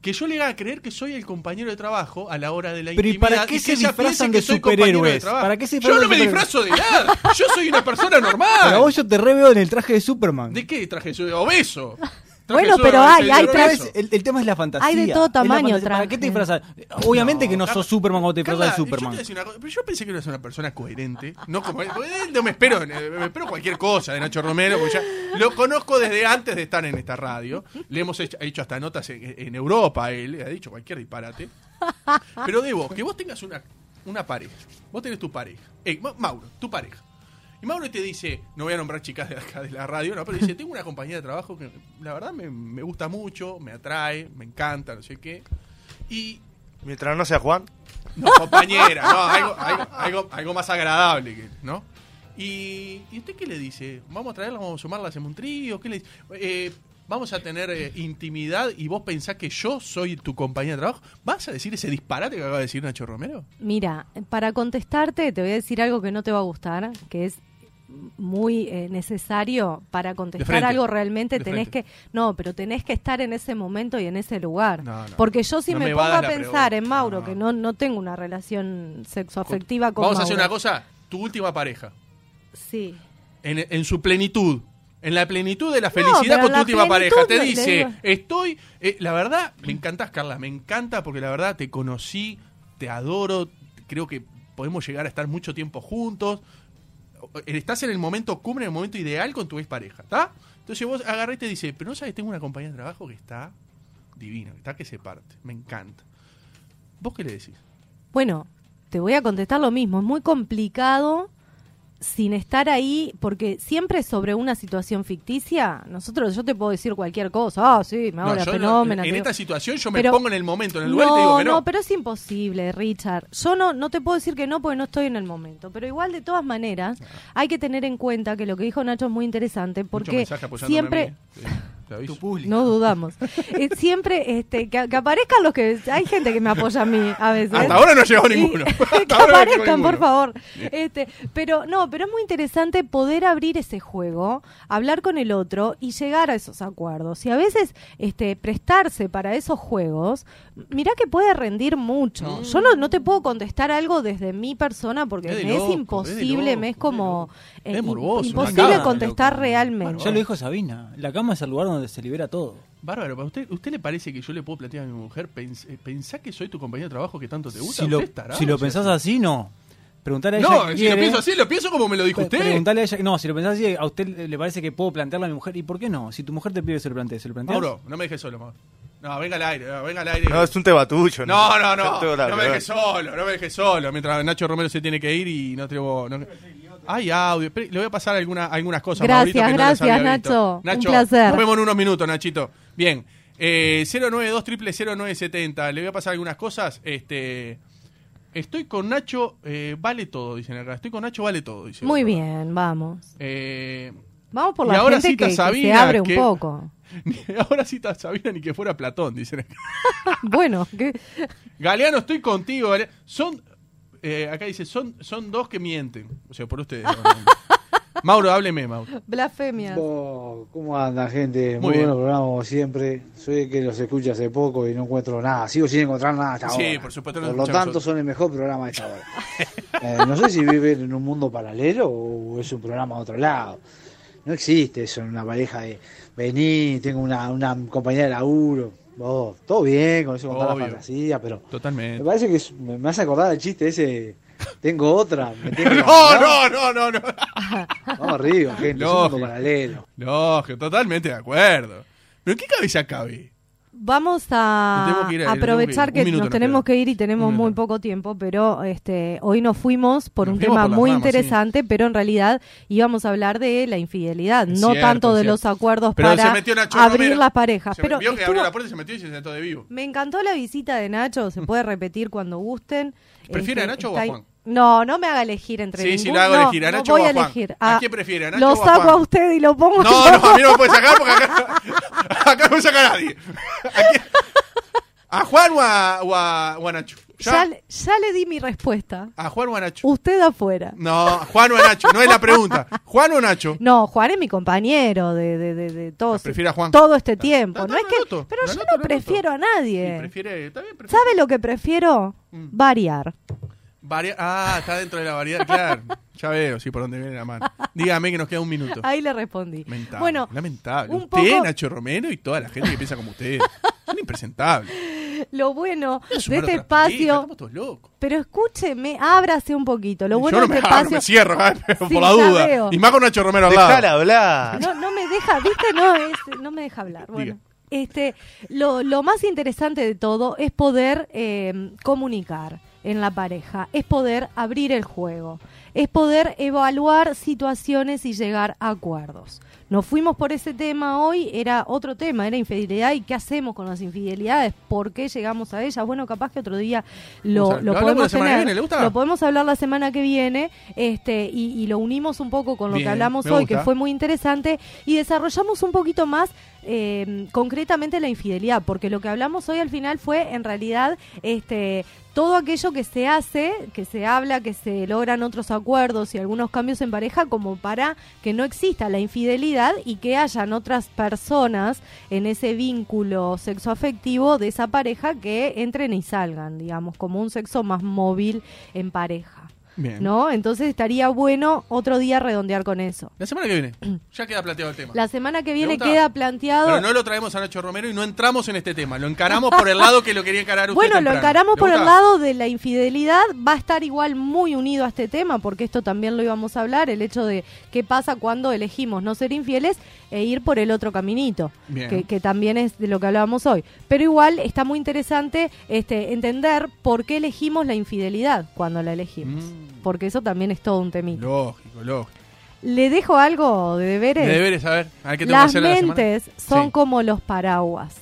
Que yo le haga creer que soy el compañero de trabajo a la hora de la Pero ¿y intimidad para qué que se ella piense disfrazan que de soy compañero superhéroes? trabajo. ¿Para qué Yo se disfrazan no me de superhéroes? disfrazo de nada. Yo soy una persona normal. <laughs> Pero vos yo te reveo en el traje de Superman. ¿De qué traje soy? <laughs> Obeso. Traje Bueno, soy pero obeso, hay- soy hay Otra obeso. vez, el, el tema es la fantasía. Hay de todo Es la tamaño fantasía. ¿Para traje. qué te disfrazas? Obviamente que no Carla- sos Superman cuando te disfrazas Carla, de Superman. Yo, te voy a decir una cosa, pero yo pensé que eras una persona coherente. No como él. porque él no me espero, eh, me espero cualquier cosa de Nacho Romero. porque ya lo conozco desde antes de estar en esta radio. Le hemos hecho, hecho hasta notas en, en Europa a él. Ha dicho cualquier disparate. Pero de vos, que vos tengas una, una pareja. Vos tenés tu pareja. Eh, Ma- Mauro, tu pareja. Y Mauro te dice, no voy a nombrar chicas de acá de la radio, no, pero dice, tengo una compañía de trabajo que la verdad me, me gusta mucho, me atrae, me encanta, no sé qué. Y Mientras no sea Juan, no, compañera, no, algo, algo, algo- algo más agradable, que- ¿no? Y, ¿Y usted qué le dice? ¿Vamos a traerla, vamos a sumarla, hacemos un trío? ¿Qué le dice? Eh, ¿Vamos a tener eh, intimidad y vos pensás que yo soy tu compañía de trabajo? ¿Vas a decir ese disparate que acaba de decir Nacho Romero? Mira, para contestarte te voy a decir algo que no te va a gustar, que es muy eh, necesario para contestar frente. algo realmente De tenés frente. que no, pero tenés que estar en ese momento y en ese lugar, No, no. porque yo si No me, me va a pongo a dar la pensar pregunta. en Mauro No. que no no tengo una relación sexoafectiva con Vamos a hacer Mauro. una cosa, tu última pareja, Sí. en, en su plenitud. En la plenitud de la pero felicidad en con tu la última plenitud pareja. Te de- dice, de- estoy... eh, la verdad, me encantás, Carla. Me encanta porque la verdad te conocí, te adoro. Creo que podemos llegar a estar mucho tiempo juntos. Eh, Estás en el momento cumbre, en el momento ideal con tu expareja, ¿está? Entonces vos agarré y te dice, pero no sabes, tengo una compañía de trabajo que está divina, que está que se parte. Me encanta. ¿Vos qué le decís? Bueno, te voy a contestar lo mismo. Es muy complicado sin estar ahí, porque siempre sobre una situación ficticia, nosotros, yo te puedo decir cualquier cosa. Ah, sí, me hago No, la yo no- fenómena. en que- esta situación yo me Pero- pongo en el momento, en el no, lugar y te digo que no, pero es imposible, Richard. Yo no, no te puedo decir que no porque no estoy en el momento. Pero igual, de todas maneras, hay que tener en cuenta que lo que dijo Nacho es muy interesante Ah. Mucho porque mensaje apoyándome a siempre... mí, ¿eh? Sí. te aviso. Tu público. No dudamos. Eh, siempre este, que, que aparezcan los que. Hay gente que me apoya a mí a veces. Hasta ahora no llegó Y- ninguno. <laughs> Hasta que ahora no llegó aparezcan, por ninguno. favor. Este, pero no, pero es muy interesante poder abrir ese juego, hablar con el otro y llegar a esos acuerdos. Y a veces este, prestarse para esos juegos, mirá que puede rendir mucho. Yo no, no te puedo contestar algo desde mi persona porque Es de me loco, es es de imposible, loco, me es es de como eh, Es im- morboso, una imposible cama, contestar loco. realmente. Ya lo dijo Sabina. La cama es el lugar donde se libera todo. Bárbaro, ¿a usted, ¿usted le parece que yo le puedo plantear a mi mujer, pens- eh, pensá que soy tu compañero de trabajo que tanto te gusta? Si lo, ¿Usted es tarado? si lo O sea, pensás así, no. Preguntarle a ella. No, qué si lo quiere. pienso así, lo pienso como me lo dijo Pre- usted. Preguntale a ella. No, si lo pensás así, a usted le parece que puedo plantearlo a mi mujer. ¿Y por qué no? Si tu mujer te pide que se lo plantees, ¿se lo planteas? Mauro, no me dejes solo, Mauro. No, venga al aire, no, venga al aire. No, es un tebatucho. No, no, no. Todo la- No me dejes solo, no me dejes solo. Mientras Nacho Romero se tiene que ir y no tengo. No... Hay audio. espere, Le voy a pasar alguna, algunas cosas. Gracias, Maurito, que no las gracias, había visto. Nacho. Un Nacho, placer. Nos vemos en unos minutos, Nachito. Bien. Eh, 092 0970. Le voy a pasar algunas cosas. Este. Estoy con Nacho, eh, vale todo, dicen acá. Estoy con Nacho, vale todo, dicen. Muy bien, vamos. Eh, <laughs> Vamos por Y la ahora gente cita que, que se Sabina, abre un que- <laughs> poco. ni- ahora sí está Sabina ni que fuera Platón, dicen acá. bueno, que- Galeano, estoy contigo. Galea- Son, eh, acá dice, son, son dos que mienten. O sea, por ustedes. obviamente. <laughs> Mauro, hábleme, Mauro. blasfemias. Oh, ¿Cómo anda, gente? Muy, Muy bien. bueno programa, como siempre. Soy el que los escucha hace poco y no encuentro nada. Sigo sin encontrar nada hasta Sí, ahora. por supuesto, no Por lo escuchamos tanto, nosotros. son el mejor programa de esta <laughs> hora. Eh, no sé si viven en un mundo paralelo o es un programa de otro lado. No existe eso en una pareja de vení, tengo una, una compañía de laburo. Oh, todo bien con eso, con toda la Obvio. fantasía, pero me Totalmente. parece que es- me, me hace acordar el chiste ese. Tengo otra. me <laughs> tengo que <laughs> No, enamorar". no, no, no, no. Vamos arriba, gente. Es un mundo Lógico. paralelo. No, que totalmente de acuerdo. ¿Pero en qué cabeza cabe? Vamos Nos a tenemos que ir, eh, tenemos aprovechar que ir. Un que minuto nos nos tenemos queda. que ir y tenemos Un minuto. muy poco tiempo, pero este, hoy nos fuimos por Nos un fuimos tema por las muy ramas, interesante, pero en realidad íbamos a hablar de la infidelidad, Es no cierto, tanto es de cierto. los acuerdos Pero para se metió Nacho abrir Romero. las parejas. Se pero vio que abrió estuvo- la puerta y se metió y se sentó de <laughs> vivo. me encantó la visita de Nacho, se puede repetir cuando gusten. Mm. ¿Prefiere a Nacho o está a ahí- Juan? No, no me haga elegir entre Sí, sí, ningún- lo hago no, elegir, ¿a no Nacho voy o a a Juan? elegir. ¿A Ah, quién prefiere, a Nacho o Lo a saco Juan? a usted y lo pongo No, no, a <laughs> mí no me puede sacar porque acá, acá no me saca nadie. ¿A, quién? ¿A Juan o a, o a- o a Nacho? ¿Ya? Ya, le- ya le di mi respuesta. ¿A Juan o a Nacho? Usted afuera. No, a Juan o a Nacho, no es la pregunta. ¿Juan o Nacho? No, Juan es mi compañero de, de, de, de todo, Ah, prefiere a Juan. todo este Está- tiempo. está- no es está que, roto, pero está yo roto, no está prefiero roto. a Y nadie. prefiere, está bien, prefiere. ¿Sabe lo que prefiero? Mm. Variar. Varia- ah, está dentro de la variedad, claro. Ya veo, sí, por dónde viene la mano. Dígame que nos queda un minuto. Ahí le respondí. lamentable. bueno, lamentable. un usted, poco- Nacho Romero y toda la gente que piensa como usted. Son impresentables. lo bueno Voy a de sumar este otras parejas, espacio. Estamos todos locos. Pero escúcheme, ábrase un poquito. Lo bueno Yo no de me, este abro, me espacio. cierro, ah, <laughs> Sí, por la ya duda. veo. Y más con Nacho Romero al lado. Dejala hablar. No, no me deja, viste, no, es- no me deja hablar. Bueno, Diga. este, lo, lo más interesante de todo es poder eh, comunicar en la pareja, es poder abrir el juego, es poder evaluar situaciones y llegar a acuerdos. Nos fuimos por ese tema hoy, era otro tema, era infidelidad y qué hacemos con las infidelidades, por qué llegamos a ellas. Bueno, capaz que otro día Vamos a- lo, lo lo hablamos la podemos semana que tener, viene, ¿le gusta? lo podemos hablar la semana que viene este, y, y lo unimos un poco con lo Bien, que hablamos me hoy, gusta. que fue muy interesante, y desarrollamos un poquito más eh, concretamente la infidelidad, porque lo que hablamos hoy al final fue en realidad este todo aquello que se hace, que se habla, que se logran otros acuerdos y algunos cambios en pareja como para que no exista la infidelidad y que hayan otras personas en ese vínculo sexoafectivo de esa pareja que entren y salgan, digamos, como un sexo más móvil en pareja. Bien. ¿No? Entonces estaría bueno otro día redondear con eso. La semana que viene. Ya queda planteado el tema. La semana que viene gusta? queda planteado. Pero no lo traemos a Nacho Romero y no entramos en este tema. Lo encaramos por el lado que lo quería encarar usted. bueno, temprano. lo encaramos ¿Le por el gusta? lado de la infidelidad. Va a estar igual muy unido a este tema, porque esto también lo íbamos a hablar: el hecho de qué pasa cuando elegimos no ser infieles e ir por el otro caminito, Bien. que, que también es de lo que hablábamos hoy. Pero igual está muy interesante este, entender por qué elegimos la infidelidad cuando la elegimos, Mm. porque eso también es todo un temito. Lógico, lógico. ¿Le dejo algo de deberes? De deberes, a ver. A ver qué tengo que Las hacer a la semana. mentes son Sí. como los paraguas.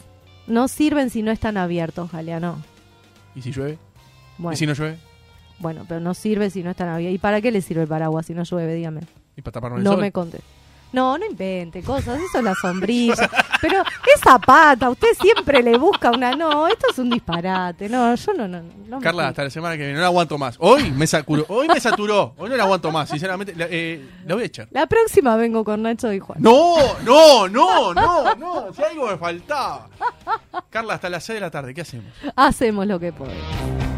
No sirven si no están abiertos, Galeano. ¿Y si llueve? Bueno, ¿Y si no llueve? bueno, pero no sirve si no están abiertos. ¿Y para qué le sirve el paraguas si no llueve? Dígame. ¿Y para taparnos el No sol? me contes. No, no invente cosas, eso es la sombrilla. Pero esa pata, usted siempre le busca una. No, esto es un disparate. No, yo no, no, no, no me Carla, río. hasta la semana que viene, no la aguanto más. Hoy me saturó, hoy me saturó, hoy no la aguanto más, sinceramente, la, eh, la voy a echar. La próxima vengo con Nacho y Juan. No, no, no, no, no, si algo me faltaba. Carla, hasta las 6 de la tarde, ¿qué hacemos? Hacemos lo que podemos.